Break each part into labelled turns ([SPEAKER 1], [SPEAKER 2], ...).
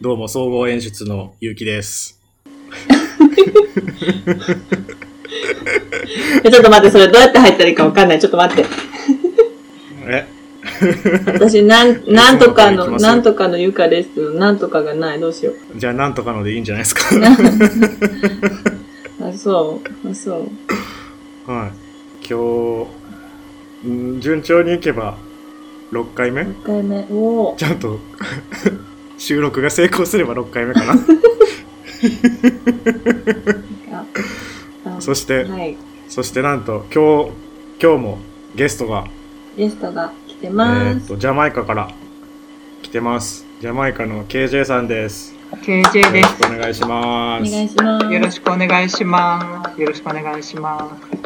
[SPEAKER 1] どうも、総合演出のゆうきです。
[SPEAKER 2] えちょっと待って、それどうやって入ったらいいかわかんない。ちょっと待って。
[SPEAKER 1] え
[SPEAKER 2] 私、なん、なんとか
[SPEAKER 1] いつもの通り行きま
[SPEAKER 2] の、
[SPEAKER 1] す
[SPEAKER 2] なんとかのゆかですけど、なんとかがない。どうしよう。
[SPEAKER 1] じゃあ、なんとかのでいいんじゃない ですか。
[SPEAKER 2] あ、そう。あ、そう。
[SPEAKER 1] はい。今日、ん順調にいけば、6回目
[SPEAKER 2] 1回目。おー
[SPEAKER 1] ちゃんと、 収録が成功すれば6回目か な。
[SPEAKER 2] あ、あ
[SPEAKER 1] そして、
[SPEAKER 2] はい。
[SPEAKER 1] そしてなんと、今日、今日もゲストが、
[SPEAKER 2] ゲストが来て
[SPEAKER 1] え
[SPEAKER 2] ま
[SPEAKER 1] ー
[SPEAKER 2] す。
[SPEAKER 1] と、ジャマイカから来てます。ジャマイカの KJ さんです。
[SPEAKER 3] KJ
[SPEAKER 1] よろ
[SPEAKER 3] で
[SPEAKER 1] し
[SPEAKER 3] す。
[SPEAKER 1] くお願いし
[SPEAKER 2] お
[SPEAKER 1] ます。
[SPEAKER 2] 願いします。
[SPEAKER 3] よろしくお願いします。よろしくお願いします。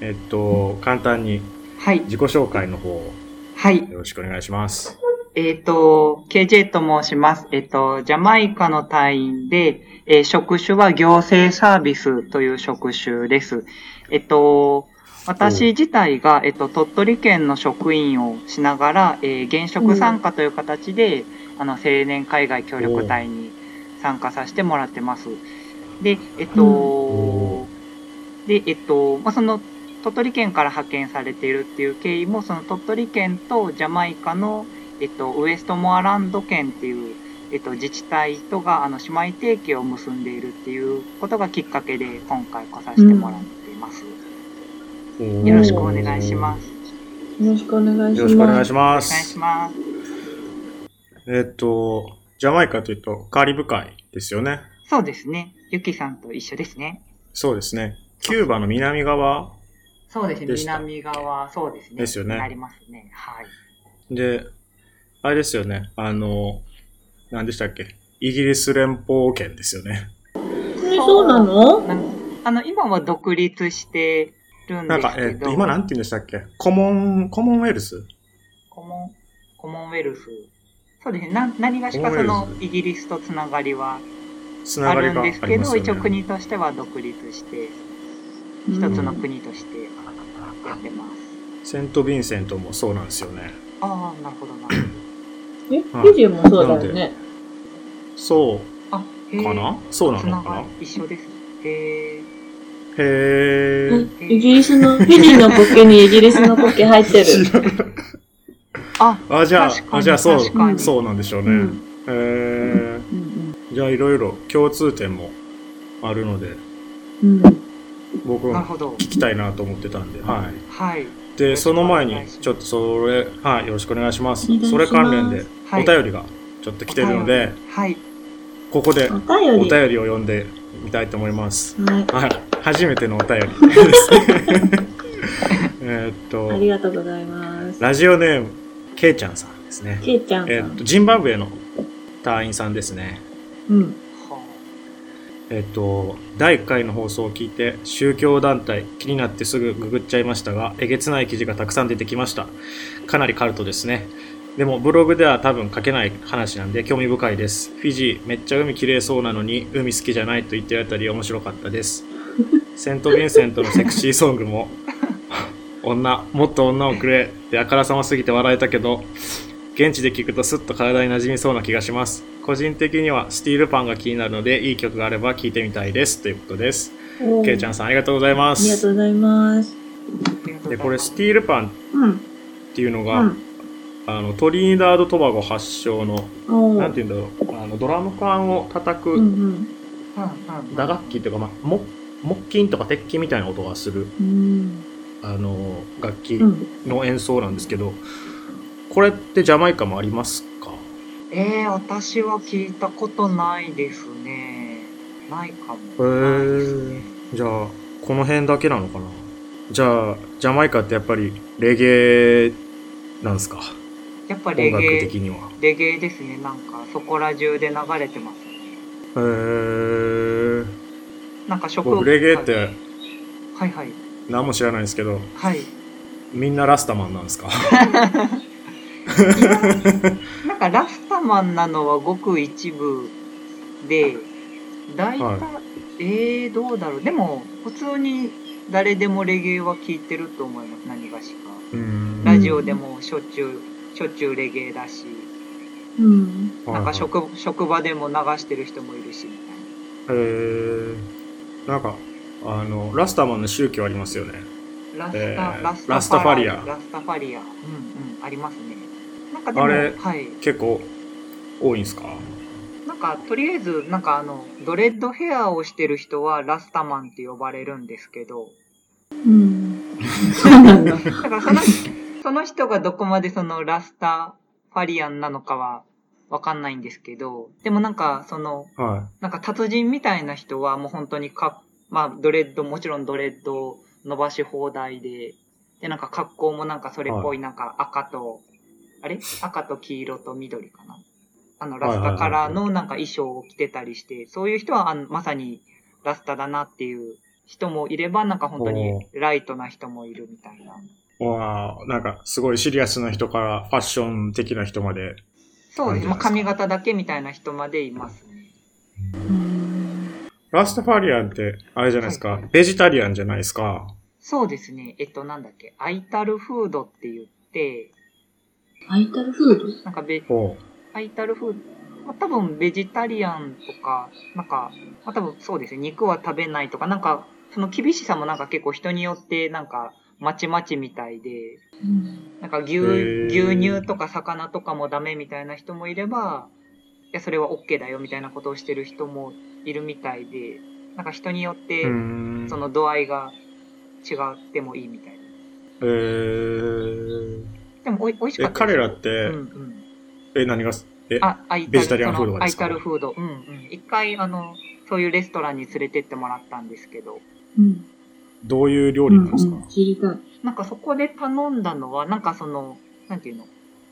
[SPEAKER 1] えっと、簡単に
[SPEAKER 3] はい。
[SPEAKER 1] 自己紹介の方を
[SPEAKER 3] はい。
[SPEAKER 1] よろしくお願いします。
[SPEAKER 3] えっ、と、KJ と申します。えっ、と、ジャマイカの隊員で、えー職種は行政サービスという職種です。えっ、と、私自体が、えっ、と、鳥取県の職員をしながら、えー現職参加という形で、あの、青年海外協力隊に参加させてもらってます。で、えっ、と、
[SPEAKER 2] うん
[SPEAKER 1] お
[SPEAKER 3] で、えっと、まあ、その、鳥取県から派遣されているっていう経緯も、その鳥取県とジャマイカの、えっと、ウエストモアランド県っていう、えっと、自治体とが、あの、姉妹提携を結んでいるっていうことがきっかけで、今回来させてもらっています。よろしくお願いします。
[SPEAKER 2] よろしくお願い
[SPEAKER 1] よ
[SPEAKER 2] します。
[SPEAKER 1] ろしくお願いしま
[SPEAKER 3] お願いし
[SPEAKER 1] す。
[SPEAKER 3] ます。
[SPEAKER 1] えっと、ジャマイカというとカリブ海ですよね。
[SPEAKER 3] そうですね。ゆきさんと一緒ですね。
[SPEAKER 1] そうですね。キューバの南側
[SPEAKER 3] そうですね。
[SPEAKER 1] でした
[SPEAKER 3] 南側、そうですね。
[SPEAKER 1] ですよね
[SPEAKER 3] なりますね。はい。
[SPEAKER 1] で、あれですよね。あの、何でしたっけイギリス連邦圏ですよね。
[SPEAKER 2] えそうなの
[SPEAKER 3] なんあの、今は独立してるん
[SPEAKER 1] な
[SPEAKER 3] で
[SPEAKER 1] ん
[SPEAKER 3] す
[SPEAKER 1] か、
[SPEAKER 3] けど。
[SPEAKER 1] えっと、今なんて言うんでしたっけコモン、コモンウェルス
[SPEAKER 3] コモン、コモンウェルス。そうですね。な何がしか
[SPEAKER 1] コモ
[SPEAKER 3] そ
[SPEAKER 1] ンウェルス
[SPEAKER 3] のイギリスとつながりは
[SPEAKER 1] つな
[SPEAKER 3] あ
[SPEAKER 1] がり
[SPEAKER 3] るん
[SPEAKER 1] があり
[SPEAKER 3] で
[SPEAKER 1] ますすよ
[SPEAKER 3] け
[SPEAKER 1] ね。
[SPEAKER 3] ど、一応国としては独立して、一つの国としてやってます。
[SPEAKER 1] セント・ヴィンセントもそうなんですよね。
[SPEAKER 3] ああ、なるほど なるほ
[SPEAKER 2] え、
[SPEAKER 3] ど。
[SPEAKER 2] フィジーもそうだよね。
[SPEAKER 1] そ
[SPEAKER 3] あ、へ
[SPEAKER 1] う
[SPEAKER 3] え。
[SPEAKER 1] かな、そうな
[SPEAKER 3] つ
[SPEAKER 1] の
[SPEAKER 3] な
[SPEAKER 1] かな
[SPEAKER 3] がり一緒です。へえ。
[SPEAKER 1] へー。
[SPEAKER 2] えイギリスの、フィジーの苔にイギリスの苔入ってる。
[SPEAKER 1] 知らない
[SPEAKER 3] あ、
[SPEAKER 1] あ、じゃ
[SPEAKER 3] 確か
[SPEAKER 1] あ、
[SPEAKER 3] に
[SPEAKER 1] あじゃあそ
[SPEAKER 3] 確か
[SPEAKER 1] う、
[SPEAKER 3] に
[SPEAKER 1] そうなんで しょうね。
[SPEAKER 2] うん
[SPEAKER 1] えー、
[SPEAKER 2] うん
[SPEAKER 1] じゃあいろいろ共通点もあるので、
[SPEAKER 2] うん。
[SPEAKER 1] 僕
[SPEAKER 3] なる
[SPEAKER 1] も
[SPEAKER 3] ほど。
[SPEAKER 1] 聞きたいなと思ってたんで、はい。
[SPEAKER 3] はい。
[SPEAKER 1] で、その前
[SPEAKER 3] お願
[SPEAKER 1] に
[SPEAKER 3] いし、ます
[SPEAKER 1] ちょっとそれ、はい、よろしくお願いします。
[SPEAKER 2] お願いします
[SPEAKER 1] それ関連で、
[SPEAKER 3] は
[SPEAKER 1] お
[SPEAKER 3] い。
[SPEAKER 1] 便りがちょっと来てるので、
[SPEAKER 3] はい。
[SPEAKER 1] ここで
[SPEAKER 2] う
[SPEAKER 1] お
[SPEAKER 2] ん。お便
[SPEAKER 1] 便
[SPEAKER 2] り。
[SPEAKER 1] りを読んでみたいと思います。
[SPEAKER 2] はい。
[SPEAKER 1] はい、初めてのお便り ですね。えーっと
[SPEAKER 2] あ、りがとうございます。
[SPEAKER 1] ラジオネーム、けいちゃんさんですね。
[SPEAKER 2] けいちゃんさ
[SPEAKER 1] えーっ
[SPEAKER 2] ん。
[SPEAKER 1] と、ジンバブエの隊員さんですね。
[SPEAKER 2] うん。
[SPEAKER 3] は
[SPEAKER 1] えっと、第1回の放送を聞いて、宗教団体、気になってすぐググっちゃいましたが、えげつない記事がたくさん出てきました。かなりカルトですね。でも、ブログでは多分書けない話なんで、興味深いです。フィジー、めっちゃ海綺麗そうなのに、海好きじゃないと言ってあたり面白かったです。セント・ヴィンセントのセクシーソングも、女、もっと女をくれってあからさますぎて笑えたけど、現地で聞くとスッと体に馴染みそうな気がします。個人的にはスティールパンが気になるので、いい曲があれば聴いてみたいです。ということです。けいちゃん
[SPEAKER 2] さ
[SPEAKER 1] さんありがとうございま
[SPEAKER 2] ありがと
[SPEAKER 1] す。
[SPEAKER 2] うございます。
[SPEAKER 3] あ
[SPEAKER 1] で、これステ
[SPEAKER 3] ィ
[SPEAKER 1] ィールパン
[SPEAKER 2] うん。
[SPEAKER 1] っていうのが、
[SPEAKER 2] うん。
[SPEAKER 1] あの、トリニダード・トバゴ発祥の、
[SPEAKER 2] お
[SPEAKER 1] なん
[SPEAKER 2] う
[SPEAKER 1] て言うんだろう、あの、ドラム缶を叩
[SPEAKER 2] う
[SPEAKER 1] く
[SPEAKER 2] ん
[SPEAKER 3] うんうん。
[SPEAKER 1] 打楽器というか、まあ、木木琴とか鉄琴みたいな音がする、
[SPEAKER 2] うん。
[SPEAKER 1] あの、楽器
[SPEAKER 2] うん。
[SPEAKER 1] の演奏なんですけど、これってジャマイカもありますか
[SPEAKER 3] ええ私は聞いたことないですね。ないかも。
[SPEAKER 1] へー
[SPEAKER 3] ないですね
[SPEAKER 1] じゃあ、この辺だけなのかなじゃあ、ジャマイカってやっぱりレゲエなんですか
[SPEAKER 3] やっぱレ
[SPEAKER 1] 音楽
[SPEAKER 3] ゲ
[SPEAKER 1] 的
[SPEAKER 3] エ、
[SPEAKER 1] には。
[SPEAKER 3] レゲエですね。なんか、そこら中で流れてますね。
[SPEAKER 1] へー。
[SPEAKER 3] なんか食
[SPEAKER 1] 僕、レゲエって
[SPEAKER 3] はいはい。
[SPEAKER 1] 何も知らないんですけど、
[SPEAKER 3] はい。
[SPEAKER 1] みんなラスタマンなん ですか
[SPEAKER 3] なんか、ラスタマンなのはごく一部で、大体、
[SPEAKER 1] は
[SPEAKER 3] ええどうだろう。でも、普通に誰でもレゲエは聞いてると思います。何がしか。
[SPEAKER 1] うーん
[SPEAKER 3] ラジオでもしょっちゅう、しょっちゅうレゲエだし、
[SPEAKER 2] うん。
[SPEAKER 3] なんか
[SPEAKER 1] はい
[SPEAKER 3] 職職場でも流してる人もいるしみたいな。
[SPEAKER 1] えー、なんか、あの、ラスターマンの宗教ありますよね。
[SPEAKER 3] ラスタ、
[SPEAKER 1] えー
[SPEAKER 3] ラスタ
[SPEAKER 1] ラスタファリア
[SPEAKER 3] ラスタファリア。うんうん、ありますね。なんかで
[SPEAKER 1] あれ
[SPEAKER 3] も、はい。
[SPEAKER 1] 結構多いんすか
[SPEAKER 3] なんか、とりあえず、なんかあの、ドレッドヘアをしてる人はラスタマンって呼ばれるんですけど、
[SPEAKER 2] うん。そうなんだ。
[SPEAKER 3] だからその、その人がどこまでそのラスタファリアンなのかはわかんないんですけど、でもなんか、その、
[SPEAKER 1] は
[SPEAKER 3] なんか達人みたいな人はもう本当にか、まあドレッド、もちろんドレッドを伸ばし放題で、で、なんか格好もなんかそれっぽいなんか赤と、あれ赤と黄色と緑かなあの、ラスタカラーのなんか衣装を着てたりして、そういう人はあのまさにラスタだなっていう人もいれば、なんか本当にライトな人もいるみたいな。
[SPEAKER 1] い。わあなんかすごいシリアスな人からファッション的な人まで。
[SPEAKER 3] そうです。ま
[SPEAKER 1] あ
[SPEAKER 3] あ
[SPEAKER 1] るじ
[SPEAKER 3] 髪
[SPEAKER 1] ゃないですか
[SPEAKER 3] 型だけみたいな人までいますね。
[SPEAKER 2] うん
[SPEAKER 1] ラスタファリアンって、あれじゃないですか、ベジタリアンじゃないですか。
[SPEAKER 3] そうですね。えっと、なんだっけ、アイタルフードって言って、
[SPEAKER 2] アイタルフード
[SPEAKER 3] なんかべ
[SPEAKER 1] ほ
[SPEAKER 3] ハイタルフード、まあ、多分ベジタリアンとか、なんか、まあ、多分そうですね、肉は食べないとか、なんか、その厳しさもなんか結構人によって、なんか、まちまちみたいで、
[SPEAKER 2] うん
[SPEAKER 3] なんか牛
[SPEAKER 1] ー
[SPEAKER 3] 牛乳とか魚とかもダメみたいな人もいれば、いや、それは OK だよみたいなことをしてる人もいるみたいで、なんか人によって
[SPEAKER 1] う。う、ん。
[SPEAKER 3] その度合いが違ってもいいみたいな。
[SPEAKER 1] えー、
[SPEAKER 3] でもおい、美味しか
[SPEAKER 1] え、
[SPEAKER 3] った
[SPEAKER 1] 彼
[SPEAKER 3] です
[SPEAKER 1] らって、
[SPEAKER 3] うんうん。
[SPEAKER 1] え、何が、え、
[SPEAKER 3] あ、アイタル
[SPEAKER 1] ベジタリアンフードが
[SPEAKER 3] その
[SPEAKER 1] で
[SPEAKER 3] アイ
[SPEAKER 1] すか
[SPEAKER 3] タルフード。うんうん。一回、あの、そういうレストランに連れてってもらったんですけど、
[SPEAKER 2] うん。
[SPEAKER 1] どういう料
[SPEAKER 2] う
[SPEAKER 1] 理
[SPEAKER 2] ん
[SPEAKER 1] なんですか、
[SPEAKER 2] うん知りたい。
[SPEAKER 3] なんかそこで頼んだのは、なんかその、なんていうの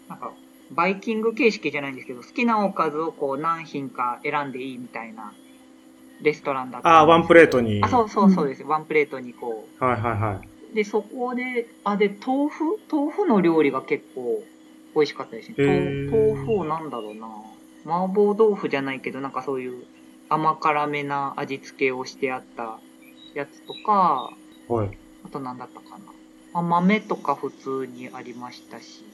[SPEAKER 3] なんか、バイキング形式じゃないんですけど、好きなおかずをこう何品か選んでいいみたいなレストランだったんです
[SPEAKER 1] ああ、ワンプレートに。
[SPEAKER 3] あ、そうそうそうです。ワンプレートにこ
[SPEAKER 1] はいはいは
[SPEAKER 3] う。で、そこで、あ、で、豆腐豆腐の料理が結構美味しかったですね。
[SPEAKER 1] へ
[SPEAKER 3] 豆
[SPEAKER 1] ー
[SPEAKER 3] 豆腐をなんだろうな。麻婆豆腐じゃないけど、なんかそういう甘辛めな味付けをしてあったやつとか、
[SPEAKER 1] い。はい。
[SPEAKER 3] あと何だったかな。まあ、豆とか普通にありましたし、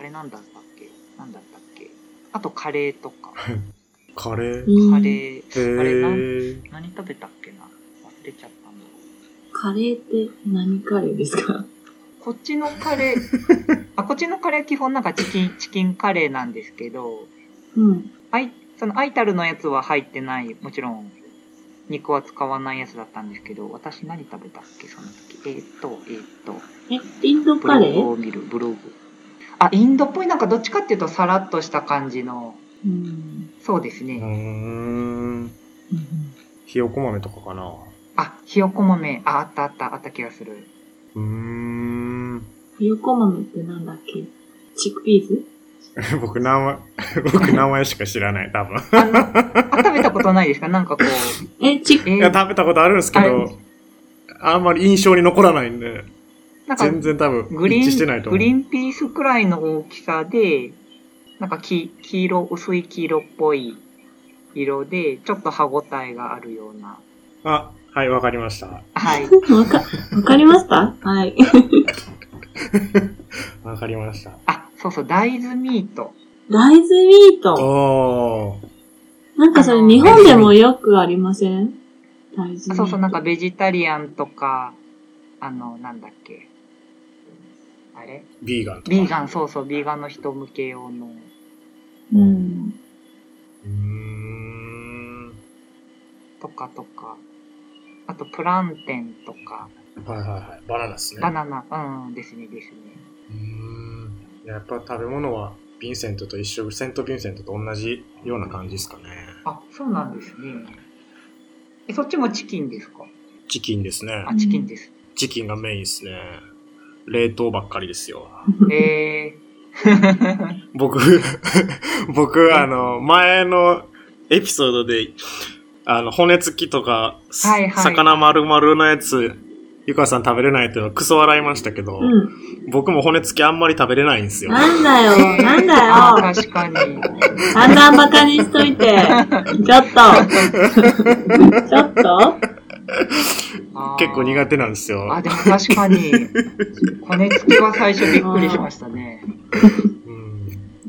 [SPEAKER 3] あれ何だったっけ何だったっけあとカレーとか。
[SPEAKER 1] カレー。
[SPEAKER 2] うん
[SPEAKER 3] カレー、
[SPEAKER 1] えー、
[SPEAKER 3] あれなん何食べたっけな忘れちゃったんだろう。
[SPEAKER 2] カレーって何カレーですか
[SPEAKER 3] こっちのカレー、あ、こっちのカレーは基本なんかチキン、チキンカレーなんですけど、
[SPEAKER 2] うん。
[SPEAKER 3] アイ、そのアイタルのやつは入ってない、もちろん、肉は使わないやつだったんですけど、私何食べたっけ、その時。えーっと、えーっと、
[SPEAKER 2] え、インド
[SPEAKER 3] ブ
[SPEAKER 2] カ
[SPEAKER 3] ロ
[SPEAKER 2] レ
[SPEAKER 3] グ
[SPEAKER 2] ー
[SPEAKER 3] を見る、ブログ。あ、インドっぽい、なんかどっちかっていうとさらっとした感じの、
[SPEAKER 2] うん。
[SPEAKER 3] そうです
[SPEAKER 1] うー
[SPEAKER 3] ね。
[SPEAKER 1] ん。
[SPEAKER 2] うん
[SPEAKER 1] ひよこ豆とかかな。
[SPEAKER 3] あ、ひよこ豆、あ、あったあった、あった気がする。
[SPEAKER 1] うーん。
[SPEAKER 2] ひよこ豆ってなんだっけチックピーズ
[SPEAKER 1] 僕名前、 僕名前しか知らない、多分。
[SPEAKER 3] あの、あ食べたことないですかなんか こう、
[SPEAKER 2] え、チック、
[SPEAKER 3] え
[SPEAKER 1] い
[SPEAKER 3] ー
[SPEAKER 1] や、食べたことあるんですけ
[SPEAKER 3] は
[SPEAKER 1] ど、あんまり印象に残らないんで、
[SPEAKER 3] なんか
[SPEAKER 1] 全然多分
[SPEAKER 3] グリ
[SPEAKER 1] 一致してない
[SPEAKER 3] ーン、
[SPEAKER 1] と思
[SPEAKER 3] グ
[SPEAKER 1] う。
[SPEAKER 3] リーンピースくらいの大きさで、なんかき黄色、薄い黄色っぽい色で、ちょっと歯ごたえがあるような。
[SPEAKER 1] あ、はい、わかりました。
[SPEAKER 3] はい。
[SPEAKER 2] わか、わかりましたはい。
[SPEAKER 1] わかりました。
[SPEAKER 3] あ、そうそう、大豆ミート。
[SPEAKER 2] 大豆ミート。
[SPEAKER 1] おー。
[SPEAKER 2] なんかそれ日本でもよくありません大豆ミート。
[SPEAKER 3] あそうそう、なんかベジタリアンとか、あの、なんだっけ。あれ
[SPEAKER 1] ビーガンとか。
[SPEAKER 3] ビーガン、そうそう、ビーガンの人向け用の。
[SPEAKER 2] うん。
[SPEAKER 1] うーん。
[SPEAKER 3] とかとか。あと、プランテンとか、
[SPEAKER 1] はいはいはい。バナナですね。
[SPEAKER 3] バナナ、うん、ですね、ですね。
[SPEAKER 1] うーんやっぱ食べ物はヴィンセントと一緒、セント・ヴィンセントと同じような感じですかね。
[SPEAKER 3] あ、そうなんですね。え、そっちもチキンですか
[SPEAKER 1] チキンですね。
[SPEAKER 3] あ、チキンです。
[SPEAKER 1] チキンがメインですね。冷凍ばっかりですよ。
[SPEAKER 3] え
[SPEAKER 1] 僕、 僕、あの、前のエピソードで、あの、骨付きとか、す
[SPEAKER 3] はいはい
[SPEAKER 1] 魚丸々のやつ、ゆかさん食べれないっていうのはクソ笑いましたけど、
[SPEAKER 2] うん。
[SPEAKER 1] 僕も骨付きあんまり食べれないんですよ。
[SPEAKER 2] なんだよ、
[SPEAKER 3] ー、
[SPEAKER 2] なんだよ。
[SPEAKER 3] あ確かに。
[SPEAKER 2] あんなバカにしと いて。ちょっと。ちょっと
[SPEAKER 3] あー
[SPEAKER 1] 結構苦手なんですよ。
[SPEAKER 3] あ、でも確かに。骨付きは最初びっくりしましたね。
[SPEAKER 1] うん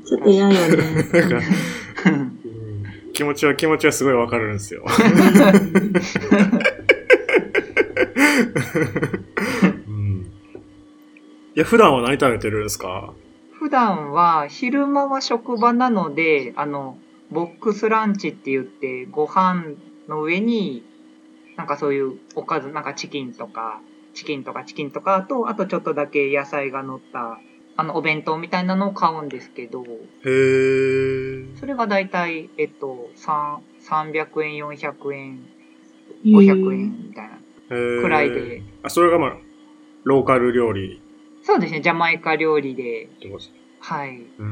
[SPEAKER 2] ちょっと嫌よね。
[SPEAKER 1] なんか、うん気持ちは気持ちはすごいわかるん ですよ。うんいや、普段は何食べてるんですか
[SPEAKER 3] 普段は昼間は職場なのであのボックスランチって言ってご飯の上になんかそういうおかずなんかチキンとかチキンとかチキンとかとあとちょっとだけ野菜が乗ったあのお弁当みたいなのを買うんですけど
[SPEAKER 1] へえ。
[SPEAKER 3] それがだいたいえっとさん300円400円500円みたいな、
[SPEAKER 1] く
[SPEAKER 3] くらいで。
[SPEAKER 1] あ、それがまあ、ローカル料理
[SPEAKER 3] そうですねジャマイカ料理で
[SPEAKER 1] ってことですね
[SPEAKER 3] はい。
[SPEAKER 1] うー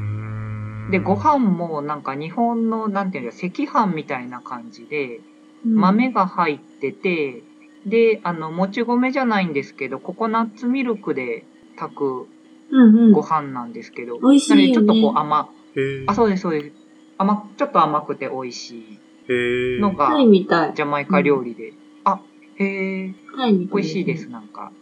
[SPEAKER 1] ん
[SPEAKER 3] で、ご飯もなんか日本の、なんていうんだ、赤飯みたいな感じで、
[SPEAKER 2] うん
[SPEAKER 3] 豆が入ってて、で、あの、もち米じゃないんですけど、ココナッツミルクで炊く
[SPEAKER 2] うんう
[SPEAKER 3] ご
[SPEAKER 2] ん。
[SPEAKER 3] 飯なんですけど、
[SPEAKER 2] 美味しいよね
[SPEAKER 3] なのでちょっとこう甘、
[SPEAKER 1] へー
[SPEAKER 3] あ、そうです、そうです。甘、ちょっと甘くて美味し
[SPEAKER 1] へー
[SPEAKER 3] いのが
[SPEAKER 2] タイ、みたい。
[SPEAKER 3] ジャマイカ料理で、あ、へえ、
[SPEAKER 2] タイみたい。
[SPEAKER 3] 美味しいです、。なんか。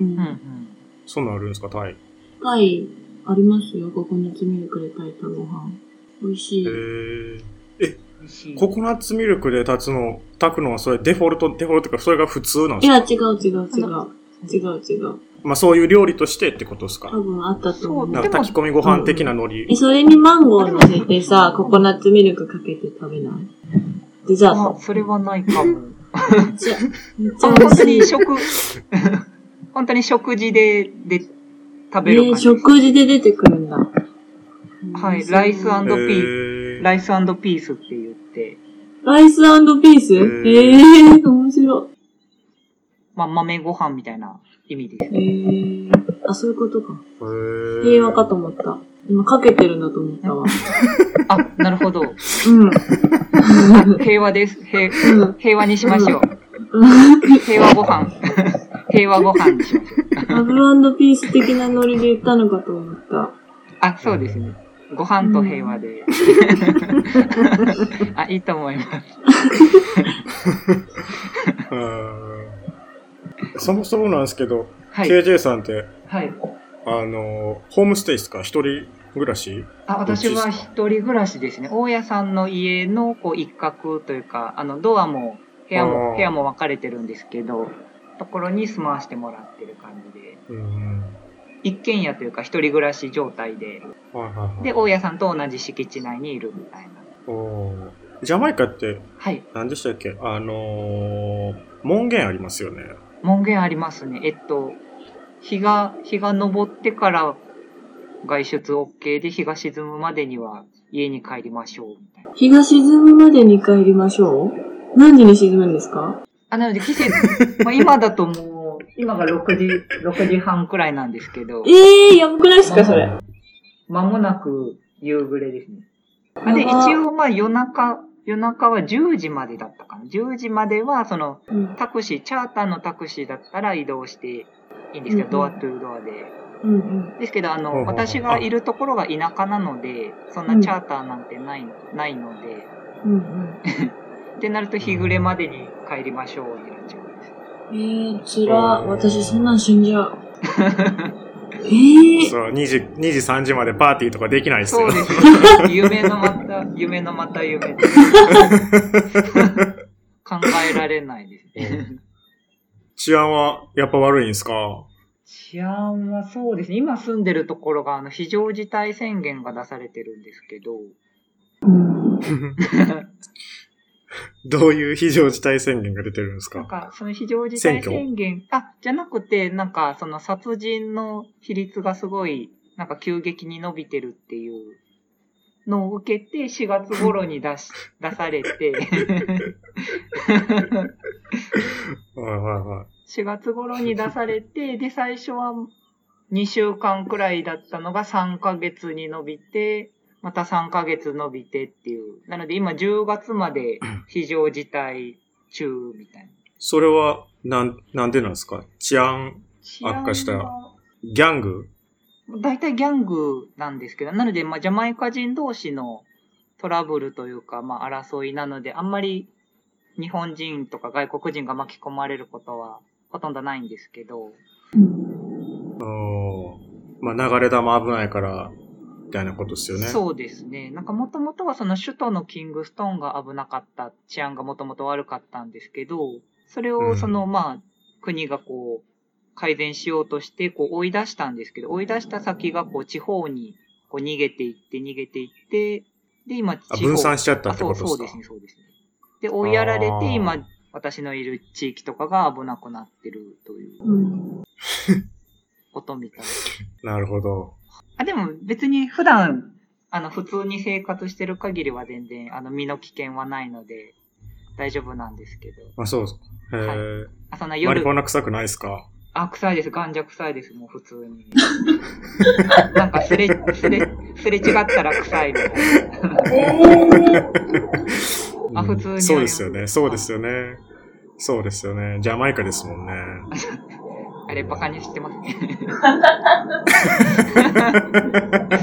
[SPEAKER 2] う。
[SPEAKER 3] うんうんん。
[SPEAKER 1] そんなんあるんですかタイ。へ
[SPEAKER 2] タイ、ありますよ。ココナッツミルクで炊いたご飯。美味しい。
[SPEAKER 1] ー
[SPEAKER 3] 美味しい。
[SPEAKER 1] ココナッツミルクで炊くの、炊くのはそれデフォルト、デフォルトっていうかそれが普通なん
[SPEAKER 2] い
[SPEAKER 1] ですか
[SPEAKER 2] や、違う違う違う。違う違う。
[SPEAKER 1] まあそういう料理としてってことですか
[SPEAKER 2] 多分あったと思
[SPEAKER 3] そ
[SPEAKER 1] な
[SPEAKER 3] う
[SPEAKER 1] か
[SPEAKER 3] で
[SPEAKER 2] う。
[SPEAKER 3] も
[SPEAKER 1] 炊き込みご飯的なノリ。
[SPEAKER 2] え、それにマンゴー乗せてさ、ココナッツミルクかけて食べないデザー
[SPEAKER 3] あ
[SPEAKER 2] ト。、
[SPEAKER 3] それはないかも。
[SPEAKER 2] めっちゃ、めっちゃ
[SPEAKER 3] 本
[SPEAKER 2] 美味
[SPEAKER 3] 当
[SPEAKER 2] しい
[SPEAKER 3] に。食、 本当に食事で、で、食べる
[SPEAKER 2] え
[SPEAKER 3] 感
[SPEAKER 2] ー、
[SPEAKER 3] じ。
[SPEAKER 2] 食事で出てくるんだ。
[SPEAKER 3] はい、ライスピ
[SPEAKER 1] へ
[SPEAKER 2] ラ
[SPEAKER 1] ー
[SPEAKER 3] ライスピースって言って、
[SPEAKER 2] イスピース
[SPEAKER 1] ー
[SPEAKER 2] ええー、面白
[SPEAKER 3] まあ、豆ご飯みたいな意味です。
[SPEAKER 2] い。えー、あ、そういうことか。
[SPEAKER 1] へー
[SPEAKER 2] 平和かと思った。今、かけてるんだと思ったわ。
[SPEAKER 3] あ、なるほど。
[SPEAKER 2] うん。
[SPEAKER 3] 平和です。平
[SPEAKER 2] うん
[SPEAKER 3] 平和にしましょう。
[SPEAKER 2] うん
[SPEAKER 3] 平和ご飯。平和ご飯にしましょ
[SPEAKER 2] ラ
[SPEAKER 3] う。
[SPEAKER 2] ブピース的なノリで言ったのかと思った。
[SPEAKER 3] あ、そうですね。ご飯と平和で。 あ、いいと思います。
[SPEAKER 1] うーんそもそもなんですけど、
[SPEAKER 3] はい。
[SPEAKER 1] KJ さんって、
[SPEAKER 3] はい。
[SPEAKER 1] あの、ホームステイですか一人暮らし
[SPEAKER 3] あ私は一人暮らしですね。大家さんの家のこう一角というか、あのドアも部屋
[SPEAKER 1] あー
[SPEAKER 3] も部屋も分かれてるんですけど、ところに住まわしてもらってる感じで、
[SPEAKER 1] うん。
[SPEAKER 3] 一軒家というか一人暮らし状態で、
[SPEAKER 1] はいはいはい。
[SPEAKER 3] で、大家さんと同じ敷地内にいるみたいな。
[SPEAKER 1] おージャマイカって
[SPEAKER 3] はい。
[SPEAKER 1] 何でしたっけあのー、門限ありますよね。
[SPEAKER 3] 門限ありますね。えっと、日が、日が昇ってから外出 OK で、日が沈むまでには家に帰りましょうみたいな。
[SPEAKER 2] 日が沈むまでに帰りましょう何時に沈むんですか
[SPEAKER 3] あ、なので季 節、まあ今だともう、今が6時、6時半くらいなんですけど、
[SPEAKER 2] ええー、やばくないっすかそれ。
[SPEAKER 3] 間もなく夕暮れですね。まあで、
[SPEAKER 2] あー
[SPEAKER 3] 一応まあ夜中、夜中は10時までだったかな。10時までは、その、
[SPEAKER 2] うん。
[SPEAKER 3] タクシー、チャーターのタクシーだったら移動していいんですけど、
[SPEAKER 2] うん
[SPEAKER 3] ド
[SPEAKER 2] う
[SPEAKER 3] ア
[SPEAKER 2] ん
[SPEAKER 3] トゥードアで。
[SPEAKER 2] うんうん。
[SPEAKER 3] ですけど、あ
[SPEAKER 1] うんうんう
[SPEAKER 3] の、
[SPEAKER 1] ん
[SPEAKER 3] 私がいるところが田舎なので、そんなチャーターなんてない、ないので、
[SPEAKER 2] うんうん。
[SPEAKER 3] ってなると日暮れまでに帰りましょうになっちゃうんです。
[SPEAKER 2] えー、つら。私そんなん死んじゃ う。えー、
[SPEAKER 1] そう、2時、2時3時までパーティーとかできないです
[SPEAKER 3] そ
[SPEAKER 1] よ
[SPEAKER 3] う。ですよ。夢のま た、夢のまた夢です。考えられないですね。
[SPEAKER 1] 治安はやっぱ悪いんですか
[SPEAKER 3] 治安はそうですね。今住んでるところが、あの、非常事態宣言が出されてるんですけど、
[SPEAKER 2] うん、
[SPEAKER 1] どういう非常事態宣言が出てるんです
[SPEAKER 3] なん
[SPEAKER 1] か
[SPEAKER 3] か、その非常事態
[SPEAKER 1] 選挙
[SPEAKER 3] 宣言、あ、じゃなくて、なんか、その殺人の比率がすごい、なんか急激に伸びてるっていうのを受けて、4月頃に出し、 出されて、
[SPEAKER 1] はいはいはい。
[SPEAKER 3] 4月頃に出さ れて、で、最初は2週間くらいだったのが3ヶ月に伸びて、また3ヶ月伸びてっていう。なので今10月まで非常事態中みたいな。
[SPEAKER 1] それは、なん、なんでなんですか治安、悪化した
[SPEAKER 3] 治安は
[SPEAKER 1] ギャング
[SPEAKER 3] 大体ギャングなんですけど、なので、まあ、ジャマイカ人同士のトラブルというか、まあ、争いなので、あんまり日本人とか外国人が巻き込まれることはほとんどないんですけど、
[SPEAKER 1] うんまあ流れ弾危ないから、みたいなことですよね。
[SPEAKER 3] そうですね。なんかもともとはその首都のキングストーンが危なかった、治安がもともと悪かったんですけど、それ
[SPEAKER 1] う
[SPEAKER 3] を
[SPEAKER 1] ん
[SPEAKER 3] その、まあ、国がこう、改善しようとして、こう追い出したんですけど、追い出した先がこう地方にこう逃げていって、逃げていって、で、今地
[SPEAKER 1] あ
[SPEAKER 3] 方。
[SPEAKER 1] 分散しちゃった
[SPEAKER 3] あ
[SPEAKER 1] って
[SPEAKER 3] そ
[SPEAKER 1] こ
[SPEAKER 3] う
[SPEAKER 1] とですか
[SPEAKER 3] そうですね、そうですね。で、追いやられ
[SPEAKER 1] あー
[SPEAKER 3] て、今、私のいる地域とかが危なくなってるという
[SPEAKER 2] うん。
[SPEAKER 3] ことみたいです。
[SPEAKER 1] なるほど。
[SPEAKER 3] あ、でも別に普段、あの、普通に生活してる限りは全然、あの、身の危険はないので、大丈夫なんですけど。
[SPEAKER 1] あ、そうですか。へ
[SPEAKER 3] はい
[SPEAKER 1] ー
[SPEAKER 3] あ、そん
[SPEAKER 1] マ
[SPEAKER 3] な
[SPEAKER 1] リファ
[SPEAKER 3] 夜、
[SPEAKER 1] ナ臭くないですか
[SPEAKER 3] あ、臭いです。ガンジャ臭いです。もう普通に。 なんかすれ、すれ、すれ違ったら臭いみたいな。あ
[SPEAKER 1] うん
[SPEAKER 3] 普通にあります
[SPEAKER 1] そうですよね。そうですよね。そうですよね。ジャマイカですもんね。
[SPEAKER 3] あれ、バカにしてますね。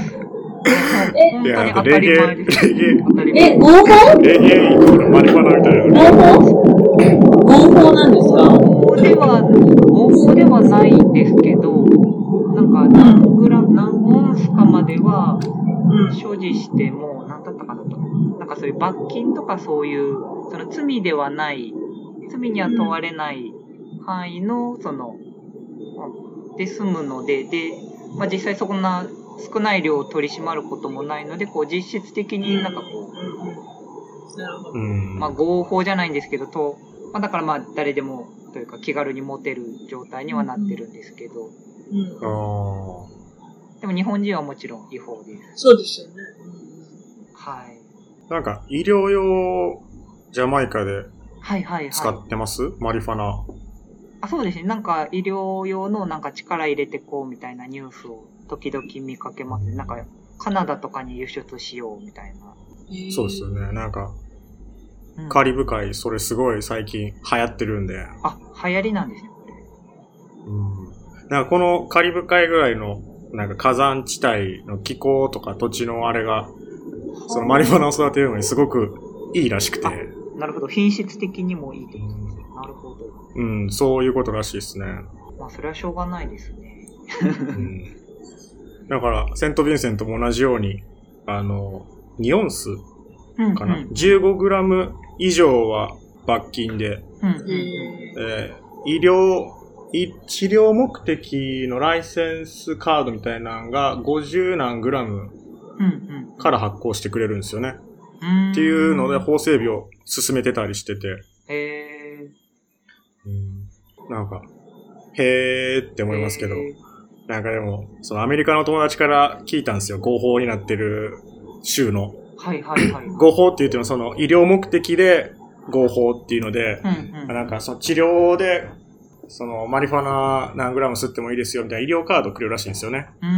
[SPEAKER 1] い
[SPEAKER 2] え
[SPEAKER 3] 本当
[SPEAKER 1] や、
[SPEAKER 3] に
[SPEAKER 1] あと
[SPEAKER 3] 当
[SPEAKER 1] レ
[SPEAKER 3] た
[SPEAKER 1] ゲエ、
[SPEAKER 3] り前
[SPEAKER 1] レ
[SPEAKER 3] です。
[SPEAKER 1] ゲエ、
[SPEAKER 3] 当たり前
[SPEAKER 2] え、。合法
[SPEAKER 1] レゲエイコールマリファナみたいな。
[SPEAKER 2] 合法合法なんですか
[SPEAKER 3] 合法では、合法ではないんですけど、なんか何グラム、何オンスかまでは、
[SPEAKER 2] うん。
[SPEAKER 3] 所持しても、何だったかなと。なんかそういう罰金とかそういう、その罪ではない、罪には問われない範囲の、その、うんで済むので、で、まあ実際そんな少ない量を取り締まることもないので、こう実質的になんかこ
[SPEAKER 2] なるほど。
[SPEAKER 1] うん。
[SPEAKER 3] う、まあ合法じゃないんですけど、と、まあだからまあ誰でも、というか気軽に持てる状態にはなってるんですけど、
[SPEAKER 2] うん
[SPEAKER 1] あー
[SPEAKER 3] でも日本人はもちろん違法です。
[SPEAKER 2] そうですよね。
[SPEAKER 3] はい。
[SPEAKER 1] なんか、医療用ジャマイカで
[SPEAKER 3] はいはいはい。
[SPEAKER 1] 使ってます、マリファナ。
[SPEAKER 3] あそうですね。なんか医療用のなんか力入れてこうみたいなニュースを時々見かけますね。なんかカナダとかに輸出しようみたい
[SPEAKER 2] うん
[SPEAKER 1] そうですよ。ね。なんか、
[SPEAKER 3] な。うん
[SPEAKER 1] カリブ海、それすごい最近流行ってるんで。
[SPEAKER 3] あ、流行りなんですね、これ。
[SPEAKER 1] うん。なんかこのカリブ海ぐらいの、なんか火山地帯の気候とか土地のあれが、そのマリファナを育てるのにすごくいいらしくて、
[SPEAKER 3] あなるほど。品質的にもいいってことですね。なるほど。
[SPEAKER 1] うん、そういうことらしいですね。
[SPEAKER 3] まあ、それはしょうがないですね。
[SPEAKER 1] うん。だから、セント・ヴィンセントも同じように、あの、2オンス
[SPEAKER 3] うん。
[SPEAKER 1] か
[SPEAKER 3] う
[SPEAKER 1] な、
[SPEAKER 3] ん。
[SPEAKER 1] ?15 グラム以上は罰金で、
[SPEAKER 3] うん
[SPEAKER 2] う。ん。
[SPEAKER 1] えー医療、い治療目的のライセンスカードみたいなのが50何グラム
[SPEAKER 3] うん。
[SPEAKER 1] から発行してくれるんですよね。
[SPEAKER 3] うん。
[SPEAKER 1] っていうので
[SPEAKER 3] ほ
[SPEAKER 1] 法整備を進めてたりしてて、
[SPEAKER 3] え
[SPEAKER 1] なんか、へーって
[SPEAKER 3] ー。
[SPEAKER 1] 思いますけど、
[SPEAKER 3] えー
[SPEAKER 1] なんかでも、そのアメリカの友達から聞いたんですよ。合法になってる州の。
[SPEAKER 3] はいはいはい。
[SPEAKER 1] 合法って言ってもその医療目的で合法っていうので
[SPEAKER 3] う、んうん。
[SPEAKER 1] なんかその治療で、そのマリファナ何グラム吸ってもいいですよみたいな医療カードくれるらしいんですよね。
[SPEAKER 3] うーん。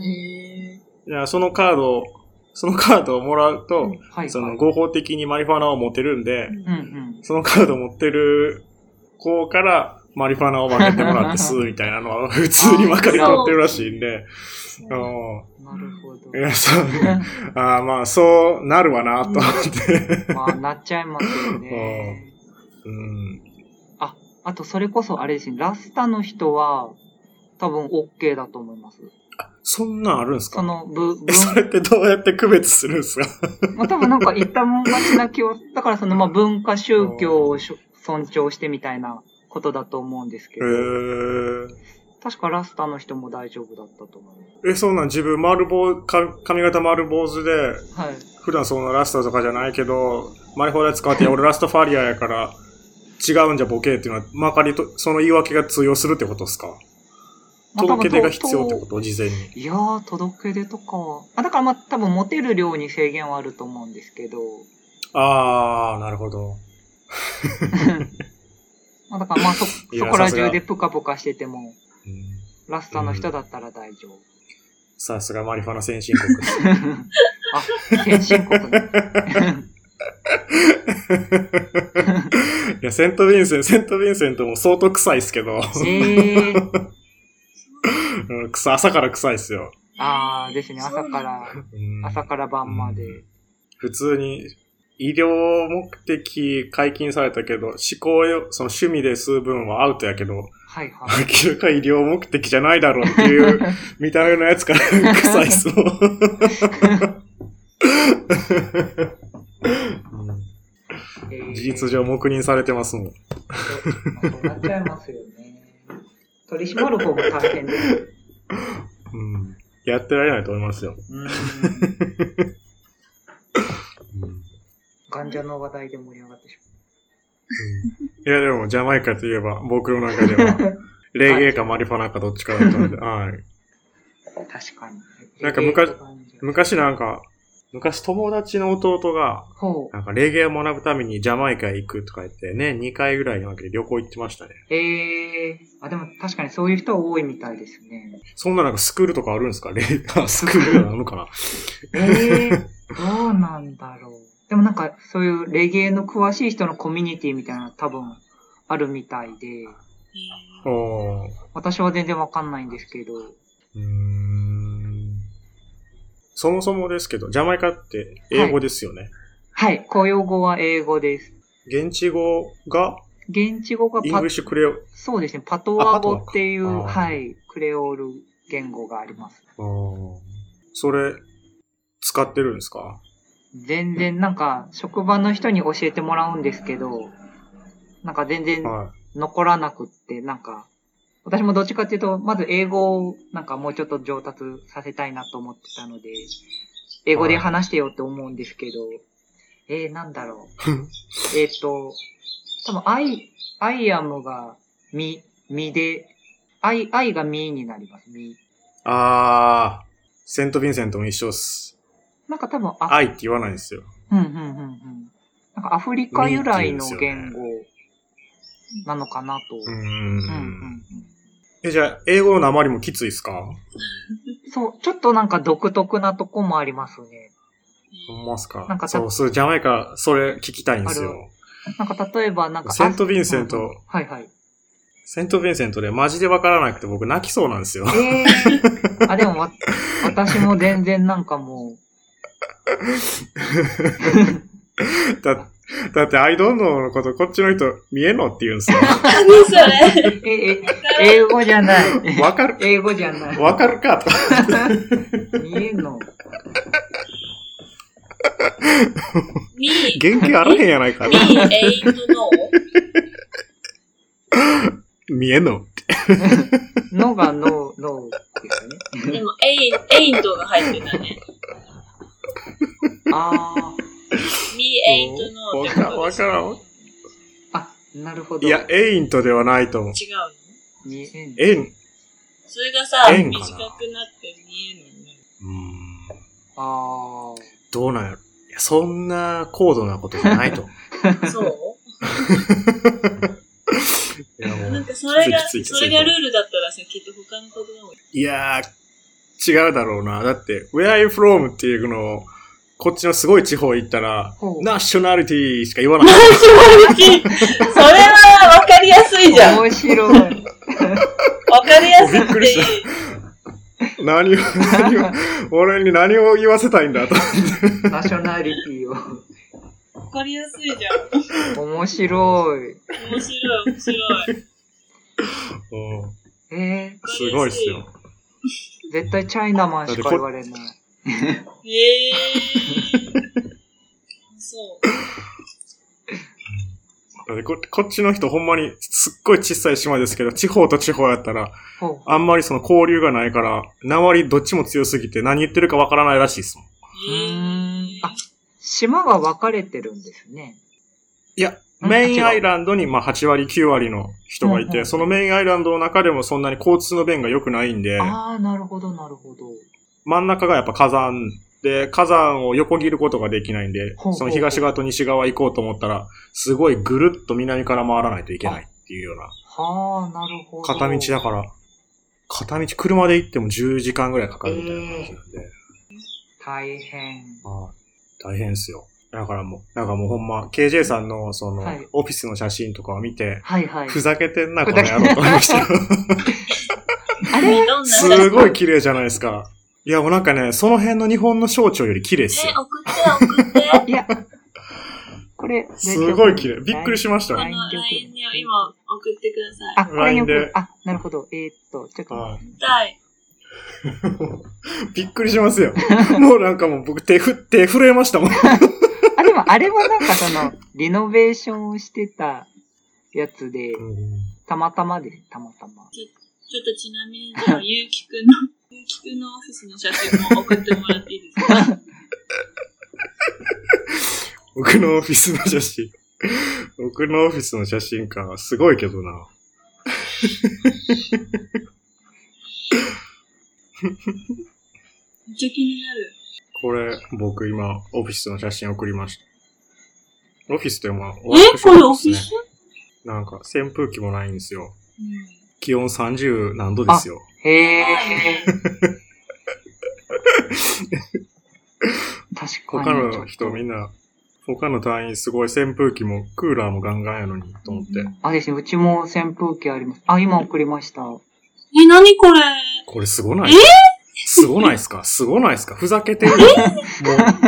[SPEAKER 2] え
[SPEAKER 1] いやそのカードを、そのカードをもらう
[SPEAKER 2] う
[SPEAKER 1] と
[SPEAKER 2] ん、
[SPEAKER 3] はい
[SPEAKER 1] そ
[SPEAKER 3] は
[SPEAKER 1] の
[SPEAKER 3] い。
[SPEAKER 1] 合法的にマリファナを持てるんで、
[SPEAKER 3] うんうん。
[SPEAKER 1] そのカード持ってる子からマリファナを分けてもらって吸うみたいなのは普通に分かり通ってるらしいんで、う
[SPEAKER 3] なるほど
[SPEAKER 1] ん。い。や、そう、ああまあ、そうなるわな、と思って。
[SPEAKER 3] まあ、なっちゃいます よね。
[SPEAKER 1] うん。
[SPEAKER 3] あと、それこそ、あれですね、ラスタの人は、多分 OK だと思います。
[SPEAKER 1] そんなんあるんです
[SPEAKER 3] そ
[SPEAKER 1] か
[SPEAKER 3] の、ぶ、
[SPEAKER 1] え、それってどうやって区別するんですか
[SPEAKER 3] 文、まあ、多分なんか言ったもん勝ちな気を、だからその、まあ、文化、宗教をしょ尊重してみたいなことだと思うんですけ
[SPEAKER 1] え
[SPEAKER 3] ど、
[SPEAKER 1] ー、
[SPEAKER 3] 確かラスタの人も大丈夫だったと思いま
[SPEAKER 1] え、そんなん自分丸坊、か髪型丸坊主で、
[SPEAKER 3] す。はい。
[SPEAKER 1] 普段そんなラスタとかじゃないけど、マリファナ使って、いや俺ラストファリアやから、違うんじゃボケっていうのは、まかりと、その言い訳が通用するってことですか
[SPEAKER 3] まあ
[SPEAKER 1] 届け出が必要ってこ
[SPEAKER 3] 多分
[SPEAKER 1] と事前に。
[SPEAKER 3] いやー、届け出とかは、あ、だからまあ、多分持てる量に制限はあると思うんです けど、
[SPEAKER 1] あー、なるほど。
[SPEAKER 3] まあ、だからまあ、そ、
[SPEAKER 1] い
[SPEAKER 3] そ
[SPEAKER 1] や
[SPEAKER 3] こら
[SPEAKER 1] さすが
[SPEAKER 3] 中でぷかぷかしてても、
[SPEAKER 1] うん
[SPEAKER 3] ラスタの人だったら大丈夫。
[SPEAKER 1] さすがマリファナ先進国。
[SPEAKER 3] あ、先進国 ね。
[SPEAKER 1] いや、セント・ヴィンセント、セント・ヴィンセントも相当臭いっすけ ど、
[SPEAKER 3] ええー。
[SPEAKER 1] うん臭朝から臭いっすよ。
[SPEAKER 3] ああ、ですね。朝から、
[SPEAKER 1] うん
[SPEAKER 3] 朝から晩まで。
[SPEAKER 1] 普通に、医療目的解禁されたけど、思考よ、その趣味で吸う分はアウトやけど、
[SPEAKER 3] はいはい。
[SPEAKER 1] 明らか医療目的じゃないだろうっていう 見た目のやつから臭いそう。
[SPEAKER 3] え
[SPEAKER 1] うん
[SPEAKER 3] ー
[SPEAKER 1] 事実上黙認されてますもん。
[SPEAKER 3] そうなっちゃいますよね。取り締まる方も大変です。
[SPEAKER 1] うん、やってられないと思いますよ。
[SPEAKER 3] うん。患者の話題で盛り上がってし
[SPEAKER 1] いや、でも、ジャマイカといえば、僕の中では、レゲエかマリファナかどっちかだったので、はい。
[SPEAKER 3] まう。確かに。
[SPEAKER 1] なんか昔
[SPEAKER 3] えー感じが
[SPEAKER 1] 昔なんか、昔友達の弟が、
[SPEAKER 3] ほう。
[SPEAKER 1] なんか、レゲエを学ぶためにジャマイカへ行くとか言って、ね、2回ぐらいに分けて旅行行ってましたね。
[SPEAKER 3] えー、あ、でも確かにそういう人多いみたいです ね。
[SPEAKER 1] そんななんかスクールとかあるんですかレゲエ、あスクールなのかな
[SPEAKER 3] えー、どうなんだろう。でもなんかそういうレゲエの詳しい人のコミュニティみたいなの多分あるみたいで、
[SPEAKER 1] おー。
[SPEAKER 3] 私は全然わかんないんですけど、
[SPEAKER 1] うーん。そもそもですけど、ジャマイカって英語ですよね。
[SPEAKER 3] はい、公用語は英語です。
[SPEAKER 1] 現地語が、
[SPEAKER 3] 現地語が
[SPEAKER 1] イン
[SPEAKER 3] パ
[SPEAKER 1] グリッシュクレオ、
[SPEAKER 3] そうですね、パトワ語ってい
[SPEAKER 1] あパト
[SPEAKER 3] う、
[SPEAKER 1] ワか
[SPEAKER 3] はい、クレオール言語があります。
[SPEAKER 1] それ、使ってるんですか
[SPEAKER 3] 全然なんか、職場の人に教えてもらうんですけど、なんか全然
[SPEAKER 1] は
[SPEAKER 3] 残らなくって、なんか、私もどっちかっていうと、まず英語をなんかもうちょっと上達させたいなと思ってたので、英語で話してよって思うんですけど、えー、なんだろう。えーっと、多分 I, I am がみ、みで、I, I がみになります、み。
[SPEAKER 1] い。あー、セント・ヴィンセントも一緒っす。
[SPEAKER 3] なんか多分、あ、
[SPEAKER 1] 愛って言わないんですよ。
[SPEAKER 3] うんうんうんうん。なんかアフリカ由来の言語なのかなと。
[SPEAKER 1] うー
[SPEAKER 3] うんうん
[SPEAKER 1] ん。
[SPEAKER 3] うん
[SPEAKER 1] え、じゃあ、英語の訛りもきついっすか
[SPEAKER 3] そう、ちょっとなんか独特なとこもありますね。
[SPEAKER 1] ほんまっすか
[SPEAKER 3] なんかた
[SPEAKER 1] そう、そう、ジャマイカ、それ聞きたいんです
[SPEAKER 3] ある
[SPEAKER 1] よ。
[SPEAKER 3] なんか例えばなんか。
[SPEAKER 1] セントヴィンセント
[SPEAKER 3] うんうんはいはい。
[SPEAKER 1] セント・ヴィンセントでマジでわからなくて僕泣きそうなんですよ。
[SPEAKER 3] ええー。あ、でもわ、私も全然なんかも
[SPEAKER 1] だだって、アイドンノーのこと、こっちの人、見えんのって言うんです よ。
[SPEAKER 2] 何それ
[SPEAKER 3] う、え、え、英語じゃない。
[SPEAKER 1] わかる、
[SPEAKER 3] 英語じゃない。
[SPEAKER 1] わかるかと。
[SPEAKER 3] 見えんの。
[SPEAKER 2] み、
[SPEAKER 1] 原型あらへんやないか
[SPEAKER 2] み
[SPEAKER 1] な。、
[SPEAKER 2] えいとの
[SPEAKER 1] 見えんの
[SPEAKER 3] のがの、のですね。
[SPEAKER 2] でも、えい、えいとが入ってたね。
[SPEAKER 3] ああ。
[SPEAKER 2] み、えいとの
[SPEAKER 1] わか
[SPEAKER 2] ってこ
[SPEAKER 1] らん、
[SPEAKER 2] と
[SPEAKER 1] わ
[SPEAKER 2] です
[SPEAKER 1] からん。
[SPEAKER 3] あ、なるほど。
[SPEAKER 1] いや、エイントではないと思う。
[SPEAKER 2] 違うの
[SPEAKER 3] 見えん。
[SPEAKER 1] エイン、う
[SPEAKER 2] それがさ、
[SPEAKER 1] 円
[SPEAKER 2] 短
[SPEAKER 1] かな
[SPEAKER 2] くなって見える のね。
[SPEAKER 1] ーん、
[SPEAKER 3] ああ。
[SPEAKER 1] どうなんやろ。いや、そんな高度なことじゃないと思
[SPEAKER 2] そう
[SPEAKER 1] う。いや、も
[SPEAKER 2] なん
[SPEAKER 1] う、
[SPEAKER 2] かそれが、
[SPEAKER 1] きついきついきつい
[SPEAKER 2] それがルールだったらさ、きっと他の言葉も。
[SPEAKER 1] いやー、違うだろうな。だって、where are you from っていうのを、こっちのすごい地方行ったら、
[SPEAKER 3] ほう
[SPEAKER 1] ナショナリティしか言わない。
[SPEAKER 2] それはわかりやすいじゃん。わ
[SPEAKER 3] 面白い。
[SPEAKER 2] かりやすい
[SPEAKER 1] びっくりし
[SPEAKER 2] って。
[SPEAKER 1] 何を、何を、俺に何を言わせたいんだと。
[SPEAKER 3] ナショナリティを。
[SPEAKER 2] わかりやすいじゃ
[SPEAKER 3] 面白い。
[SPEAKER 2] ん。面白い、面白い。
[SPEAKER 1] うん
[SPEAKER 3] え
[SPEAKER 1] すごいっすよ。
[SPEAKER 3] ー、絶対チャイナマンしか言われない。
[SPEAKER 2] えー。そう。
[SPEAKER 1] だってここっちの人ほんまにすっごい小さい島ですけど、地方と地方やったら、
[SPEAKER 3] ほう。
[SPEAKER 1] あんまりその交流がないから、鉛どっちも強すぎて何言ってるかわからないらしいですもん。
[SPEAKER 3] うーん。あ、島が分かれてるんですね。
[SPEAKER 1] いや、
[SPEAKER 3] うん
[SPEAKER 1] メインアイランドにまあ8割9割の人がい
[SPEAKER 3] うんう
[SPEAKER 1] て、
[SPEAKER 3] ん
[SPEAKER 1] そのメインアイランドの中でもそんなに交通の便が良くないんで、
[SPEAKER 3] ああ、なるほど、なるほど。
[SPEAKER 1] 真ん中がやっぱ火山で、火山を横切ることができないんで
[SPEAKER 3] ほうほうほ、う
[SPEAKER 1] その東側と西側行こうと思ったら、すごいぐるっと南から回らないといけないっていうような、
[SPEAKER 3] はあ、なるほど。
[SPEAKER 1] 片道だから、片道車で行っても10時間ぐらいかかるみたいな感じなんで、
[SPEAKER 3] 大変。
[SPEAKER 1] はい。大変ですよ。だからもう、なんかもうほんま、KJ さんの、その、
[SPEAKER 3] はい
[SPEAKER 1] オフィスの写真とかを見て、
[SPEAKER 3] はいはい。
[SPEAKER 1] ふざけてんな、こ
[SPEAKER 3] ふ
[SPEAKER 1] の
[SPEAKER 3] ざけ
[SPEAKER 1] 野郎と思いましたよ。
[SPEAKER 3] あれ
[SPEAKER 2] どんな
[SPEAKER 1] すごい綺麗じゃないですか。いや、もうなんかね、その辺の日本の省庁より綺麗です
[SPEAKER 2] え、
[SPEAKER 1] よ。
[SPEAKER 2] 送って、送って。
[SPEAKER 3] いや、これ、
[SPEAKER 1] すごい綺麗。びっくりしました。
[SPEAKER 2] あ
[SPEAKER 1] ね
[SPEAKER 2] の、LINE を今送ってください。
[SPEAKER 3] あ、これ
[SPEAKER 1] LINE
[SPEAKER 3] に
[SPEAKER 1] で
[SPEAKER 3] 送る。あ、なるほど。えーっと、ちょっと。
[SPEAKER 1] は
[SPEAKER 2] 見たい。
[SPEAKER 1] い。 びっくりしますよ。もうなんかもう僕手ふ、手震えましたもん。
[SPEAKER 3] あ、でもあれはなんかその、リノベーションをしてたやつで、たまたまです、たまたま。
[SPEAKER 2] ちょっとちなみに、 じゃあ、ゆうきくんの、ゆうきくんのオフィスの写真も送ってもらっていいですか
[SPEAKER 1] 僕のオフィスの写真。僕のオフィスの写真か。すごいけどな。
[SPEAKER 2] めっちゃ気になる。
[SPEAKER 1] これ、僕今、オフィスの写真送りました。オフィスってまあ、
[SPEAKER 2] えこれオフィ
[SPEAKER 1] ね
[SPEAKER 2] ス
[SPEAKER 1] なんか、扇風機もないんですよ。
[SPEAKER 2] うん。
[SPEAKER 1] 気温30何度ですよ。
[SPEAKER 3] へえ。
[SPEAKER 2] はい
[SPEAKER 3] 確か
[SPEAKER 1] 他
[SPEAKER 3] に。
[SPEAKER 1] の人みんな、他の隊員すごい扇風機もクーラーもガンガンやのに、と思って。
[SPEAKER 2] うん
[SPEAKER 3] あ、ですね、うちも扇風機あります。あ、今送りました。
[SPEAKER 2] え、なにこれ
[SPEAKER 1] これすごない
[SPEAKER 2] え
[SPEAKER 1] すごないっす かすごないっすかふざけてるよ。も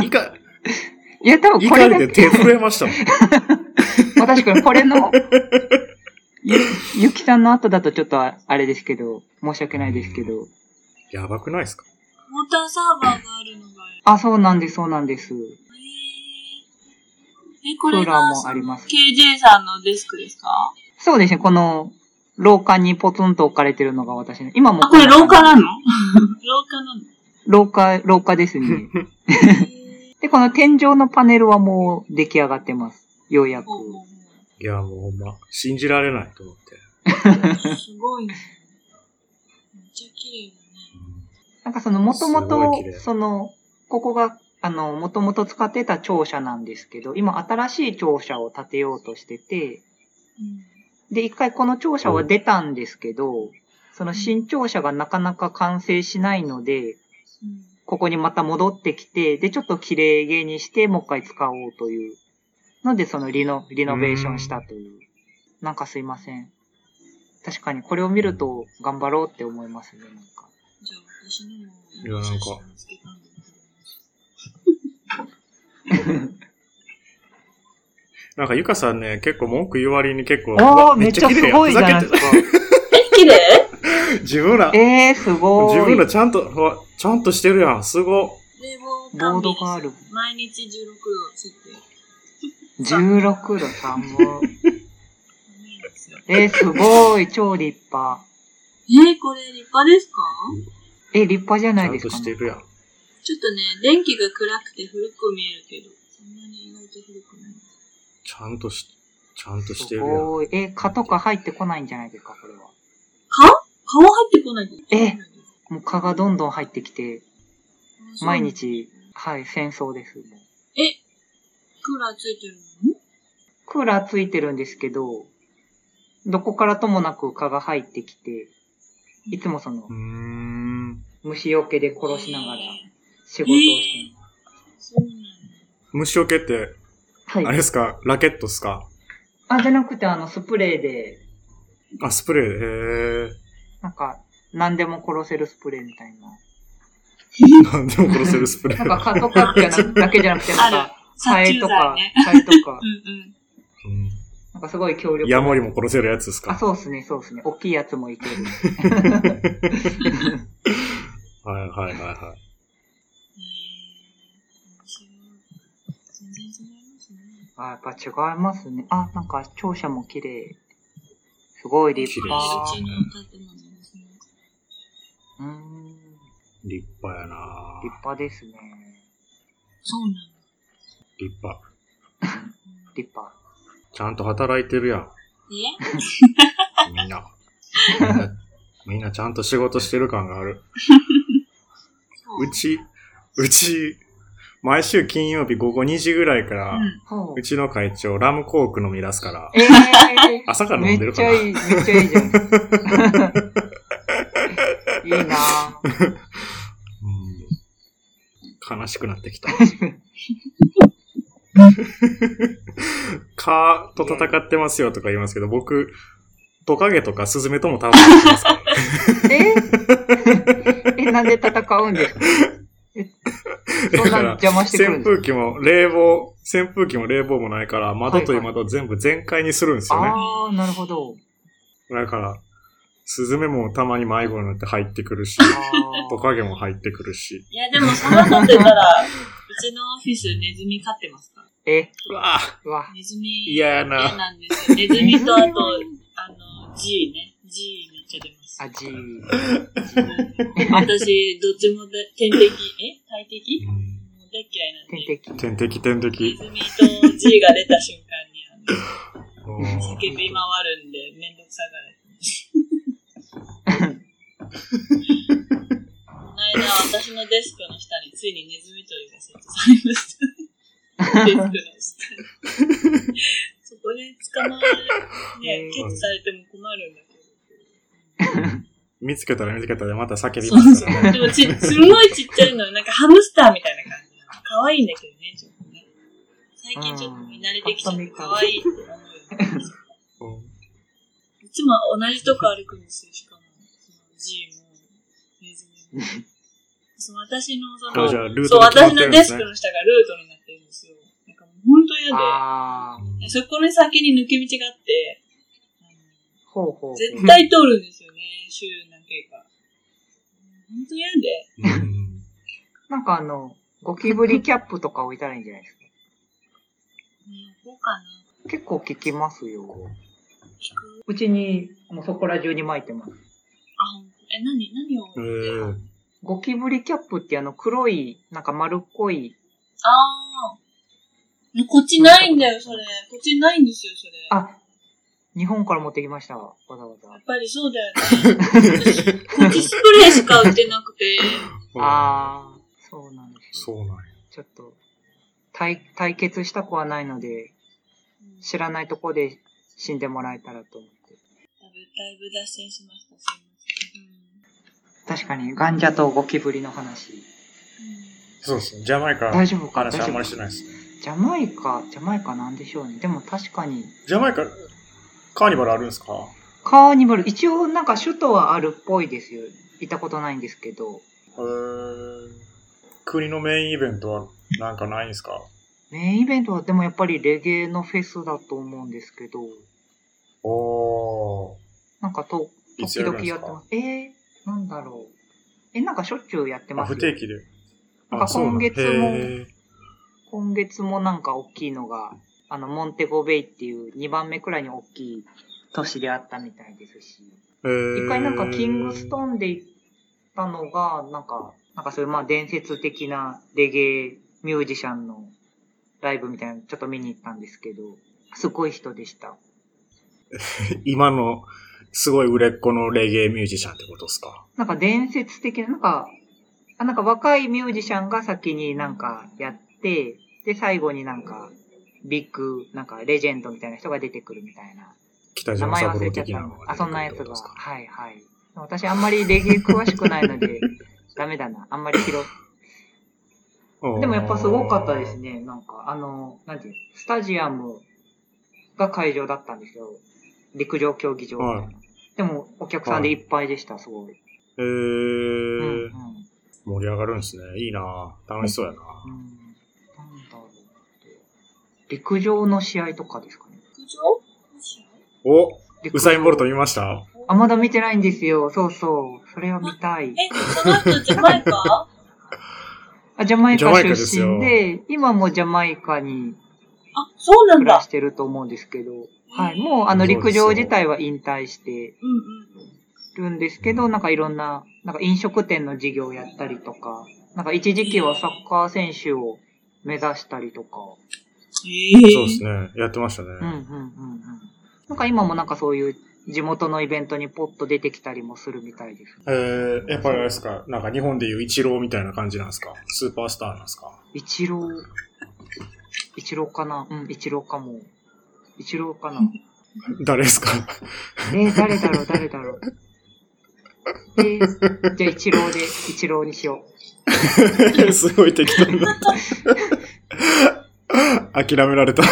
[SPEAKER 1] う、いか、
[SPEAKER 3] いや、多分
[SPEAKER 1] 怒
[SPEAKER 3] これ
[SPEAKER 1] りで
[SPEAKER 3] だ
[SPEAKER 1] 手震えましたもん。
[SPEAKER 3] 私これ、これの、ゆ、ゆきさんの後だとちょっとああれですけど、申し訳ないですけど。
[SPEAKER 1] やばくないっすか
[SPEAKER 2] モーターサーバーがあるのが。
[SPEAKER 3] あ、そうなんです、そうなんです。
[SPEAKER 2] えーえ、これ
[SPEAKER 3] クーラー
[SPEAKER 2] が
[SPEAKER 3] もあります
[SPEAKER 2] KJ さんのデスクですか
[SPEAKER 3] そうですね、この、廊下にポツンと置かれてるのが私の、今も。
[SPEAKER 2] あ、これ廊下 なの廊下なの
[SPEAKER 3] 廊下、廊下ですね。で、この天井のパネルはもう出来上がってます。ようやく。
[SPEAKER 2] ほうほうほ
[SPEAKER 1] いや、もうほんま、信じられないと思って。
[SPEAKER 2] うすごいね。めっちゃ綺麗だね。
[SPEAKER 3] なんかその、もとも
[SPEAKER 1] すごい
[SPEAKER 3] と
[SPEAKER 1] 綺麗、
[SPEAKER 3] その、ここが、あの、もともと使ってた庁舎なんですけど、今新しい庁舎を建てようとしてて、で、一回この庁舎は出たんですけど、その新庁舎がなかなか完成しないので、
[SPEAKER 2] うん。
[SPEAKER 3] ここにまた戻ってきて、で、ちょっと綺麗げにして、もう一回使おうという。ので、そのリノ、リノベーションしたという。なんかすいません。確かにこれを見ると頑張ろうって思いますね、なんか。
[SPEAKER 2] じゃあ私のも。
[SPEAKER 1] いやなんか
[SPEAKER 2] 写真見つけたんだけど
[SPEAKER 1] なんか、ゆかさんね、結構文句言う割に結構、う
[SPEAKER 3] お
[SPEAKER 1] わ
[SPEAKER 3] ー、めっちゃす
[SPEAKER 1] 綺麗や
[SPEAKER 3] ごいじゃない
[SPEAKER 1] ふ
[SPEAKER 3] で
[SPEAKER 1] ざ
[SPEAKER 3] すか。
[SPEAKER 2] え、綺
[SPEAKER 1] け
[SPEAKER 2] 麗
[SPEAKER 1] て自分ら、
[SPEAKER 3] えー、すご
[SPEAKER 1] 自分ら
[SPEAKER 3] い。
[SPEAKER 1] ちゃんと、ほらちゃんとしてるやん。すごっ。
[SPEAKER 2] 冷房
[SPEAKER 3] ボー
[SPEAKER 2] 完備
[SPEAKER 3] ドがある。
[SPEAKER 2] 毎日16度設定。
[SPEAKER 3] 16度寒い。
[SPEAKER 2] いいですよ
[SPEAKER 3] えー、すごい。超立派。
[SPEAKER 2] えー、これ立派ですか
[SPEAKER 3] え、立派じゃ
[SPEAKER 1] ち
[SPEAKER 3] な
[SPEAKER 1] ゃ
[SPEAKER 3] いで
[SPEAKER 1] ん
[SPEAKER 3] す
[SPEAKER 1] と
[SPEAKER 3] か、
[SPEAKER 1] してるやん。
[SPEAKER 2] ちょっとね、電気が暗くて古く見えるけど、そんなに意外と古くない。
[SPEAKER 1] ちゃんとし、ちゃんとして
[SPEAKER 3] す
[SPEAKER 1] るやん。
[SPEAKER 3] ごい。え、蚊とか入ってこないんじゃないですか、これは。
[SPEAKER 2] 顔入ってこないで
[SPEAKER 3] えもう蚊がどんどん入ってきて、
[SPEAKER 2] あ
[SPEAKER 3] 毎。
[SPEAKER 2] そう
[SPEAKER 3] 日、はい、戦争です。もう
[SPEAKER 2] え、クーラーついてるの
[SPEAKER 3] クーラーついてるんですけど、どこからともなく蚊が入ってきて、いつもその
[SPEAKER 1] うーん。
[SPEAKER 3] 虫除けで殺しながら仕事をしてま
[SPEAKER 2] そうなんだ。
[SPEAKER 1] 虫除けって、
[SPEAKER 3] す。
[SPEAKER 1] あ
[SPEAKER 3] は
[SPEAKER 1] れ
[SPEAKER 3] い。
[SPEAKER 1] ですかラケットっすか
[SPEAKER 3] あ、じゃなくてあのスプレーで、
[SPEAKER 1] あ、スプレー で、へ
[SPEAKER 3] なんか何でも殺せるスプレーみたいな。
[SPEAKER 1] え。なんでも殺せるスプレ
[SPEAKER 3] な
[SPEAKER 1] ー。
[SPEAKER 3] んか蚊とかじゃなくだけじゃなくて、なん
[SPEAKER 2] ある
[SPEAKER 3] かハエとか、
[SPEAKER 2] ね。
[SPEAKER 3] ハエとか
[SPEAKER 2] う、んうん。
[SPEAKER 1] う
[SPEAKER 3] なんかすごい強
[SPEAKER 1] ん
[SPEAKER 3] 力な。
[SPEAKER 1] ヤモリも殺せるやつです
[SPEAKER 3] あ、
[SPEAKER 1] か
[SPEAKER 3] そうっすね、そうっすね。大きいやつもい ける。
[SPEAKER 1] はいはいはいはい。
[SPEAKER 2] えー、面白い全然違いますね。
[SPEAKER 3] あ、やっぱ違いますね。あ、なんか庁舎も綺麗。すごい立
[SPEAKER 1] あ
[SPEAKER 3] 派。
[SPEAKER 1] 綺
[SPEAKER 2] う
[SPEAKER 1] 麗
[SPEAKER 2] ち
[SPEAKER 1] で
[SPEAKER 2] の建物ですね。
[SPEAKER 3] うーん。
[SPEAKER 1] 立派やな
[SPEAKER 3] 立派ですね。
[SPEAKER 2] そうなんだ。
[SPEAKER 1] 立派。
[SPEAKER 3] 立派。
[SPEAKER 1] ちゃんと働いてるやん。
[SPEAKER 2] え
[SPEAKER 1] みんな。みんな、 みんなちゃんと仕事してる感がある。
[SPEAKER 2] そう
[SPEAKER 1] うち、うち、毎週金曜日午後2時ぐらいから、う
[SPEAKER 2] うん。
[SPEAKER 3] ほう。
[SPEAKER 1] ちの会長、ラムコーク飲み出すから、
[SPEAKER 3] え
[SPEAKER 1] 朝か
[SPEAKER 3] ー、
[SPEAKER 1] ら飲んで
[SPEAKER 3] め
[SPEAKER 1] る
[SPEAKER 3] っ
[SPEAKER 1] か
[SPEAKER 3] ち
[SPEAKER 1] な
[SPEAKER 3] ゃいい、めっちゃいいじゃん。いいなぁ。
[SPEAKER 1] うん悲しくなってきた。蚊と戦ってますよとか言いますけど、僕、トカゲとかスズメとも戦ってますから。
[SPEAKER 3] え え、なんで戦うんですかえそんな邪魔してくるん
[SPEAKER 1] 扇
[SPEAKER 3] です
[SPEAKER 1] 風
[SPEAKER 3] か
[SPEAKER 1] 機も冷房、扇風機も冷房もないから、窓という
[SPEAKER 3] はい
[SPEAKER 1] 窓全部全開にするんですよね。
[SPEAKER 3] ああ、なるほど。
[SPEAKER 1] だから、スズメもたまに迷子になって入ってくるし、トカゲも入ってくるし。
[SPEAKER 2] いや、でもそんなこと言ったら、うちのオフィスネズミ飼ってますから。
[SPEAKER 3] え、
[SPEAKER 1] うわぁ、
[SPEAKER 3] うわ。
[SPEAKER 2] ネズミ。
[SPEAKER 1] 嫌やな
[SPEAKER 2] 嫌なんですよ。ネズミとあと、あの、G ね。G めっちゃ出ます。
[SPEAKER 3] あじー。
[SPEAKER 2] 私、どっちもで天敵、え大敵
[SPEAKER 1] うん
[SPEAKER 2] もう大嫌いなん
[SPEAKER 3] 天
[SPEAKER 2] で。
[SPEAKER 3] 敵。
[SPEAKER 1] 天敵天
[SPEAKER 2] ネ
[SPEAKER 1] 敵。
[SPEAKER 2] ズミと G が出た瞬間に、あの、
[SPEAKER 1] うん
[SPEAKER 2] 叫び回るんで、めんどくさがる。 この間、私のデスクの下についにネズミ捕りが設置されました。デスクの下に。そこで捕まえ、ね、キャッチされても困るんだけど。
[SPEAKER 1] 見つけたら見つけたらまた叫び
[SPEAKER 2] そう
[SPEAKER 1] ます
[SPEAKER 2] そ
[SPEAKER 1] から
[SPEAKER 2] う。
[SPEAKER 1] ね。
[SPEAKER 2] でもち、すごいちっちゃいの、なんかハムスターみたいな感じ。可愛いんだけどね、ちょっとね。最近ちょっと見慣れてきちゃって、可愛いって思うようになってきたいつも同じとこ歩くんですよ、しかも。その G も、ネズミも。その私の、そ
[SPEAKER 1] あじゃ
[SPEAKER 2] の、
[SPEAKER 1] あルー
[SPEAKER 2] そ
[SPEAKER 1] ト
[SPEAKER 2] う、
[SPEAKER 1] が決まって
[SPEAKER 2] 私
[SPEAKER 1] るん
[SPEAKER 2] の
[SPEAKER 1] です
[SPEAKER 2] デス
[SPEAKER 1] ね
[SPEAKER 2] ク。の下がルートになってるんですよ。なんかもう本当嫌
[SPEAKER 3] あー。
[SPEAKER 2] で、そこの先に抜け道があって、あ
[SPEAKER 3] ほうほ
[SPEAKER 2] の
[SPEAKER 3] うほう。
[SPEAKER 2] 絶対通るんですよね、週何回か。本当嫌で。
[SPEAKER 1] うん
[SPEAKER 3] なんかあの、ゴキブリキャップとか置いたらいいんじゃないですか。
[SPEAKER 2] うん、こうかな。
[SPEAKER 3] 結構効きますよ。うちに、もうそこら中に巻いてます。
[SPEAKER 2] あ、ほんえ、何、何を
[SPEAKER 1] えー
[SPEAKER 3] ゴキブリキャップってあの黒い、なんか丸っこい。
[SPEAKER 2] あー。こっちないんだよ、それ。こっちないんですよ、それ。やっ
[SPEAKER 3] あ、日本から持ってきましたわ。わざわざ。
[SPEAKER 2] ぱりそうだよね。こっちスプレーしか売ってなくて。
[SPEAKER 3] あー、そうなんです
[SPEAKER 1] そ
[SPEAKER 3] よ。
[SPEAKER 1] うなんや。
[SPEAKER 3] ちょっと、対、対決したくはないので、
[SPEAKER 2] うん
[SPEAKER 3] 知らないとこで死んでもらえたらと思って。
[SPEAKER 2] だいぶだいぶ脱線しました、すいません。
[SPEAKER 3] 確かに、ガンジャとゴキブリの話。
[SPEAKER 1] そうですね。ジャマイカ
[SPEAKER 3] 大丈夫か
[SPEAKER 1] 話あんまり
[SPEAKER 3] 大
[SPEAKER 1] して
[SPEAKER 3] 丈夫
[SPEAKER 1] ないですね。
[SPEAKER 3] ジャマイカ、ジャマイカなんでしょうね。でも確かに、
[SPEAKER 1] ジャマイカ、カーニバルあるんですか
[SPEAKER 3] カーニバル、一応なんか首都はあるっぽいですよ。行ったことないんですけど。
[SPEAKER 1] えー国のメインイベントはなんかないんですか
[SPEAKER 3] メインイベントはでもやっぱりレゲエのフェスだと思うんですけど、
[SPEAKER 1] おー。
[SPEAKER 3] なんかと、
[SPEAKER 1] いつ
[SPEAKER 3] 時
[SPEAKER 1] やるんです
[SPEAKER 3] 々やって
[SPEAKER 1] か
[SPEAKER 3] ます。えー、なんだろう。え、なんかしょっちゅうやって
[SPEAKER 1] あ、
[SPEAKER 3] ま
[SPEAKER 1] 不
[SPEAKER 3] すよ。
[SPEAKER 1] 定期で。
[SPEAKER 3] なんか
[SPEAKER 1] あそう
[SPEAKER 3] 今月も
[SPEAKER 1] へー
[SPEAKER 3] 今月もなんか大きいのが、あの、モンテゴベイっていう2番目くらいに大きい都市であったみたいですし、
[SPEAKER 1] えー
[SPEAKER 3] 一回なんかキングストーンで行ったのが、なんか、なんかそういうまあ伝説的なレゲエミュージシャンのライブみたいなのちょっと見に行ったんですけど、すごい人でした。
[SPEAKER 1] 今のすごい売れっ子のレゲエミュージシャンってことですか
[SPEAKER 3] なんか伝説的な、なんか、あなんか若いミュージシャンが先になんかやって、で、最後になんか、ビッグ、なんかレジェンドみたいな人が出てくるみたいな。
[SPEAKER 1] 北
[SPEAKER 3] 名
[SPEAKER 1] 島
[SPEAKER 3] 前
[SPEAKER 1] 三
[SPEAKER 3] 忘
[SPEAKER 1] 郎
[SPEAKER 3] れちゃっ
[SPEAKER 1] 的
[SPEAKER 3] た
[SPEAKER 1] な
[SPEAKER 3] の
[SPEAKER 1] の。
[SPEAKER 3] あ、そんなやつ
[SPEAKER 1] 出てくるってこと
[SPEAKER 3] が。
[SPEAKER 1] ですか
[SPEAKER 3] はいはい。私あんまりレゲエ詳しくないので、ダメだな。あんまり拾っでもやっぱすごかったです。ね。なんか、あの、なんていうのスタジアムが会場だったんですよ。陸上競技場みたいな。
[SPEAKER 1] は
[SPEAKER 3] でも、お客さんでいっぱいでした、すごい。
[SPEAKER 1] え
[SPEAKER 3] うん、うん。うん
[SPEAKER 1] ー、盛り上がるんですね。いいな楽しそうやな
[SPEAKER 3] なんだろう。陸上の試合とかですかね。
[SPEAKER 2] 陸上
[SPEAKER 1] お
[SPEAKER 3] 陸上
[SPEAKER 1] ウサインボルト見ました
[SPEAKER 3] あ、まだ見てないんですよ。そうそう。それは見たい。
[SPEAKER 2] え、その後ジャマイカ
[SPEAKER 3] あ、ジャマイ
[SPEAKER 1] ジャマ
[SPEAKER 3] カ
[SPEAKER 1] イカ
[SPEAKER 3] 出
[SPEAKER 1] ですよ
[SPEAKER 3] 身で、今もジャマイカに
[SPEAKER 2] あ、そうなん
[SPEAKER 3] 暮ら
[SPEAKER 2] だ
[SPEAKER 3] し。てると思うんですけど、はい。もう、あの、陸上自体は引退して、
[SPEAKER 2] うんうん。
[SPEAKER 3] るんですけど、なんかいろんな、なんか飲食店の事業をやったりとか、なんか一時期はサッカー選手を目指したりとか、
[SPEAKER 2] え
[SPEAKER 1] そうですね。やってましたね。
[SPEAKER 3] うんうんうんうん。なんか今もなんかそういう地元のイベントにポッと出てきたりもするみたいです。
[SPEAKER 1] えー、やっぱりあれですかなんか日本でいうイチローみたいな感じなんですかスーパースターなんですか
[SPEAKER 3] 一郎、一郎かなうん、一郎かも。一郎かな
[SPEAKER 1] 誰です か
[SPEAKER 3] えー、誰だろう誰だろうえー、じゃあ一郎で、一郎にしよ
[SPEAKER 1] すごい適当になった。諦められた。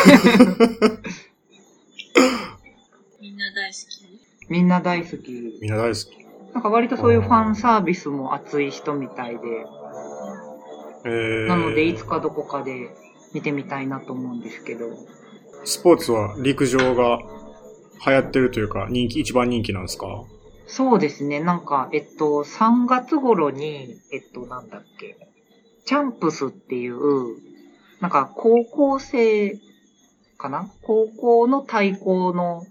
[SPEAKER 2] みんな大好き。
[SPEAKER 3] う。みんな大好き。
[SPEAKER 1] みんな大好き。
[SPEAKER 3] なんか割とそういうファンサービスも熱い人みたいで、
[SPEAKER 1] えー、
[SPEAKER 3] なのでいつかどこかで見てみたいなと思うんですけど、
[SPEAKER 1] スポーツは陸上が流行ってるというか、人気、一番人気なんですか
[SPEAKER 3] そうですね。なんか、えっと、3月頃に、えっと、なんだっけ、チャンプスっていう、なんか、高校生かな高校の対抗の、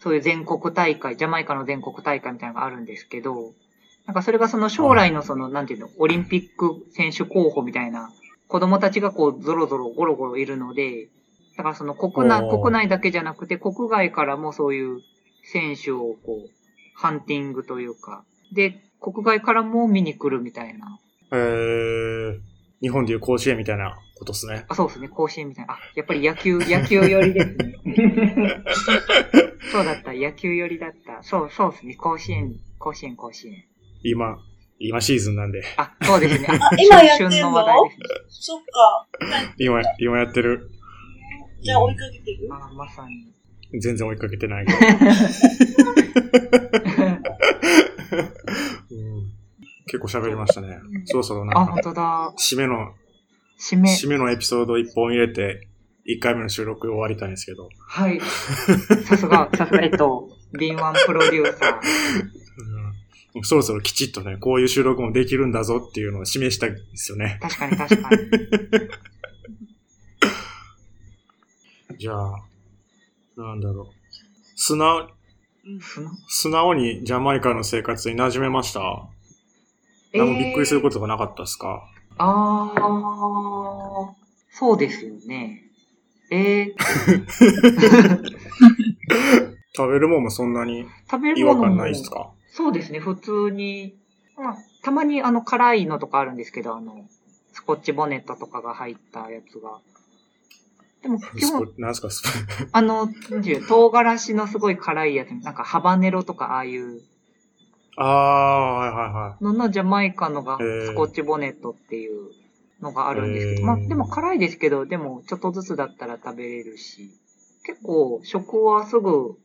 [SPEAKER 3] そういう全国大会、ジャマイカの全国大会みたいなのがあるんですけど、なんかそれがその将来のその、なんていうの、オリンピック選手候補みたいな、子供たちがこう、ゾロゾロゴロゴロいるので、だからその国内、
[SPEAKER 1] おー
[SPEAKER 3] 国内だけじゃなくて、国外からもそういう選手をこう、ハンティングというか、で、国外からも見に来るみたいな。
[SPEAKER 1] えー、日本でいう甲子園みたいなことですね。
[SPEAKER 3] あ、そうですね、甲子園みたいな。あ、やっぱり野 球、野球寄りですね。そうだった、野球寄りだった。そう、そうですね、甲子園、甲子園、甲子園。
[SPEAKER 1] 今、今シーズンなんで、
[SPEAKER 3] あ、そ うですね。あ
[SPEAKER 2] 今やってんの
[SPEAKER 3] 旬の話題ですね。
[SPEAKER 2] そっか。
[SPEAKER 1] 今、今やってる。
[SPEAKER 2] じゃあ追いかけてる
[SPEAKER 3] あーま さに。
[SPEAKER 1] 全然追いかけて ないけど。うん結構喋りましたね。そろそろな
[SPEAKER 3] あ、
[SPEAKER 1] ん
[SPEAKER 3] 本
[SPEAKER 1] か、
[SPEAKER 3] 当だ。
[SPEAKER 1] 締めの、
[SPEAKER 3] 締め。
[SPEAKER 1] 締めのエピソード1本入れて、1回目の収録終わりたいんですけど。
[SPEAKER 3] はい。さすが、さすが、えっと、敏腕プロデューサ
[SPEAKER 1] うんそろそろきちっとね、こういう収録もできるんだぞっていうのを示したいんですよね
[SPEAKER 3] ー。。確かに確かに。
[SPEAKER 1] じゃあ、なんだろう。素直、
[SPEAKER 3] その
[SPEAKER 1] 素直にジャマイカの生活に馴染めましたなんかびっくりすることがなかったですか、
[SPEAKER 3] ああ、そうですよね。えー、
[SPEAKER 1] 食べるもんもそんなに
[SPEAKER 3] 食べ
[SPEAKER 1] 違
[SPEAKER 3] るも
[SPEAKER 1] 和
[SPEAKER 3] の
[SPEAKER 1] 感
[SPEAKER 3] も
[SPEAKER 1] ないですか
[SPEAKER 3] そうですね、普通に、まあ、たまにあの辛いのとかあるんですけど、あの、スコッチボネットとかが入ったやつが。でも基
[SPEAKER 1] スコ
[SPEAKER 3] 本、
[SPEAKER 1] なんすかスコ
[SPEAKER 3] あの、なんていう唐辛子のすごい辛いやつ、なんかハバネロとかああいう
[SPEAKER 1] ああ、はいはいは
[SPEAKER 3] ののジャマイカのが
[SPEAKER 1] へー
[SPEAKER 3] スコッチボネットっていうのがあるんですけ
[SPEAKER 1] へー
[SPEAKER 3] ど、まあでも辛いですけど、でもちょっとずつだったら食べれるし、結構食はすぐ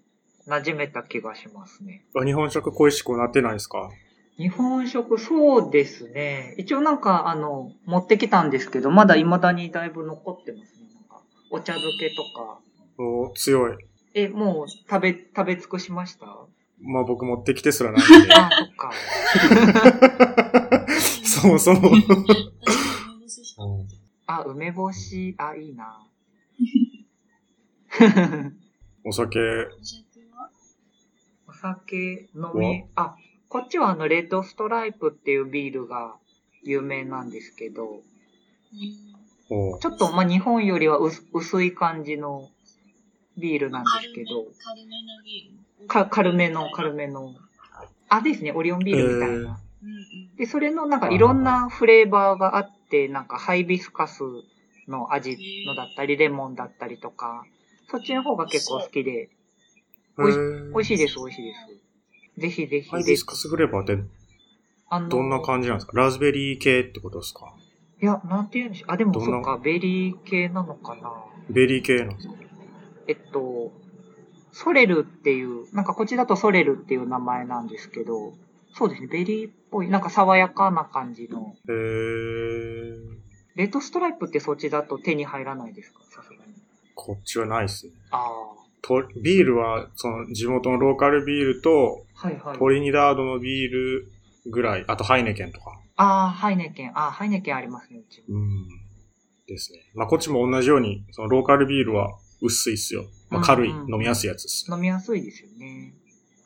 [SPEAKER 3] 馴染めた気がしますね。
[SPEAKER 1] いあ。日本食恋しくなってないですか
[SPEAKER 3] 日本食、そうですね。一応なんか、あの、持ってきたんですけど、まだ未だにだいぶ残ってますね。なんか、お茶漬けとか。
[SPEAKER 1] お強い。
[SPEAKER 3] え、もう食べ、食べ尽くしました
[SPEAKER 1] まあ僕持ってきてすらない んで。
[SPEAKER 3] あ、そっか。
[SPEAKER 1] そもそも。
[SPEAKER 3] あ、梅干し、あ、いいな。
[SPEAKER 1] お酒、
[SPEAKER 3] お酒飲み、あ、こっちはあの、レッドストライプっていうビールが有名なんですけど、
[SPEAKER 1] お
[SPEAKER 3] ちょっと、まあ、日本よりは薄薄い感じのビールなんですけど、
[SPEAKER 2] 軽めのビール。
[SPEAKER 3] か軽めの、軽めの。あ、ですね、オリオンビールみたいな。
[SPEAKER 2] うん うん。
[SPEAKER 3] で、それのなんかいろんなフレーバーがあって、なんかハイビスカスの味のだったり、レモンだったりとか、そっちの方が結構好きで、おい美味
[SPEAKER 1] しい。
[SPEAKER 3] しいです、美味しいです。ぜひぜひ。
[SPEAKER 1] ハイビスカスフレーバーって
[SPEAKER 3] あの
[SPEAKER 1] どんな感じなんですかラズベリー系ってことですか
[SPEAKER 3] いや、なんて言うんでしょう。あ、でも
[SPEAKER 1] どんな
[SPEAKER 3] そっか、ベリー系なのかな。
[SPEAKER 1] ベリー系なんですか
[SPEAKER 3] えっと、ソレルっていう、なんかこっちだとソレルっていう名前なんですけど、そうですね、ベリーっぽい、なんか爽やかな感じの。
[SPEAKER 1] へー。
[SPEAKER 3] レッドストライプってそっちだと手に入らないですかさすがに。
[SPEAKER 1] こっちはないっすね。
[SPEAKER 3] ああ。
[SPEAKER 1] とビールは、その地元のローカルビールと、
[SPEAKER 3] はいはい。
[SPEAKER 1] トリニダードのビールぐらい、あとハイネケンとか。
[SPEAKER 3] ああ、ハイネケン。ああ、ハイネケンありますね、うちも。
[SPEAKER 1] うん。ですね。まあ、こっちも同じように、そのローカルビールは薄いっすよ。まあ、軽い、
[SPEAKER 3] うんうん
[SPEAKER 1] 飲みやすいやつっす。
[SPEAKER 3] 飲みやすいですよね。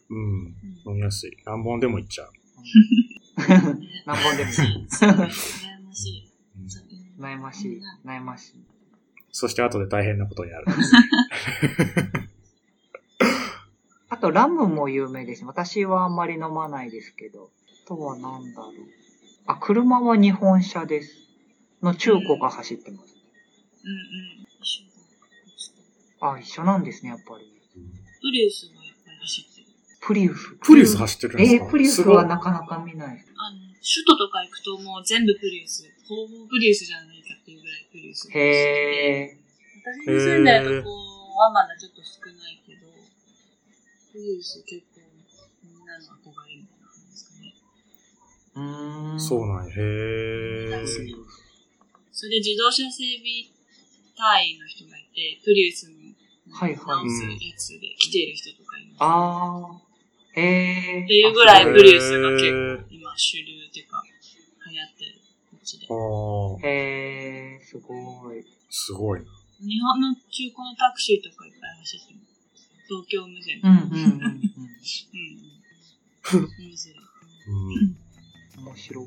[SPEAKER 1] うん。飲みやすい。何本でもいっちゃう。
[SPEAKER 3] 何本でも。
[SPEAKER 2] 羨ましい。
[SPEAKER 1] うん
[SPEAKER 3] 悩ましい、悩ましい。
[SPEAKER 1] そして後で大変なこと になる。
[SPEAKER 3] あと、ラムも有名です。私はあんまり飲まないですけど。あとは何だろう。あ、車は日本車です。の中古が走ってます。
[SPEAKER 2] うんうん。
[SPEAKER 3] あ、一緒なんですね、やっぱり。
[SPEAKER 2] プリウスもやっぱり走ってる。
[SPEAKER 3] プリウス。
[SPEAKER 1] プリウス走ってるんです
[SPEAKER 3] え
[SPEAKER 1] か
[SPEAKER 3] ー、プリウスはなかなか見な
[SPEAKER 2] あ
[SPEAKER 3] い。
[SPEAKER 2] の、首都とか行くともう全部プリウス。ほぼプリウスじゃないかっていうぐらいプリウス。
[SPEAKER 3] へえ。
[SPEAKER 2] 私の住んでるとこはまだちょっと少ないけど、プリウス結構みんなの憧れみたいな感じですかね。
[SPEAKER 3] うーん。
[SPEAKER 1] すごいそうなんや。へ
[SPEAKER 3] プリ
[SPEAKER 1] ー。
[SPEAKER 3] ウス
[SPEAKER 2] それで自動車整備隊員の人がいて、プリウスの
[SPEAKER 3] はいはい
[SPEAKER 2] 直すやつで来てる人とかい
[SPEAKER 3] あー。え
[SPEAKER 2] って
[SPEAKER 3] ー。
[SPEAKER 2] いうぐらいブリウスが結構今主流っていうか、流行ってるこっちで。
[SPEAKER 1] 構。ああ、
[SPEAKER 3] えー、すごい。
[SPEAKER 1] すごいな。
[SPEAKER 2] 日本の中古のタクシーとかいっぱい走ってる。東京無線。
[SPEAKER 3] うんうん うんうん。
[SPEAKER 2] うん。面白い。
[SPEAKER 1] うん。
[SPEAKER 3] 面白い。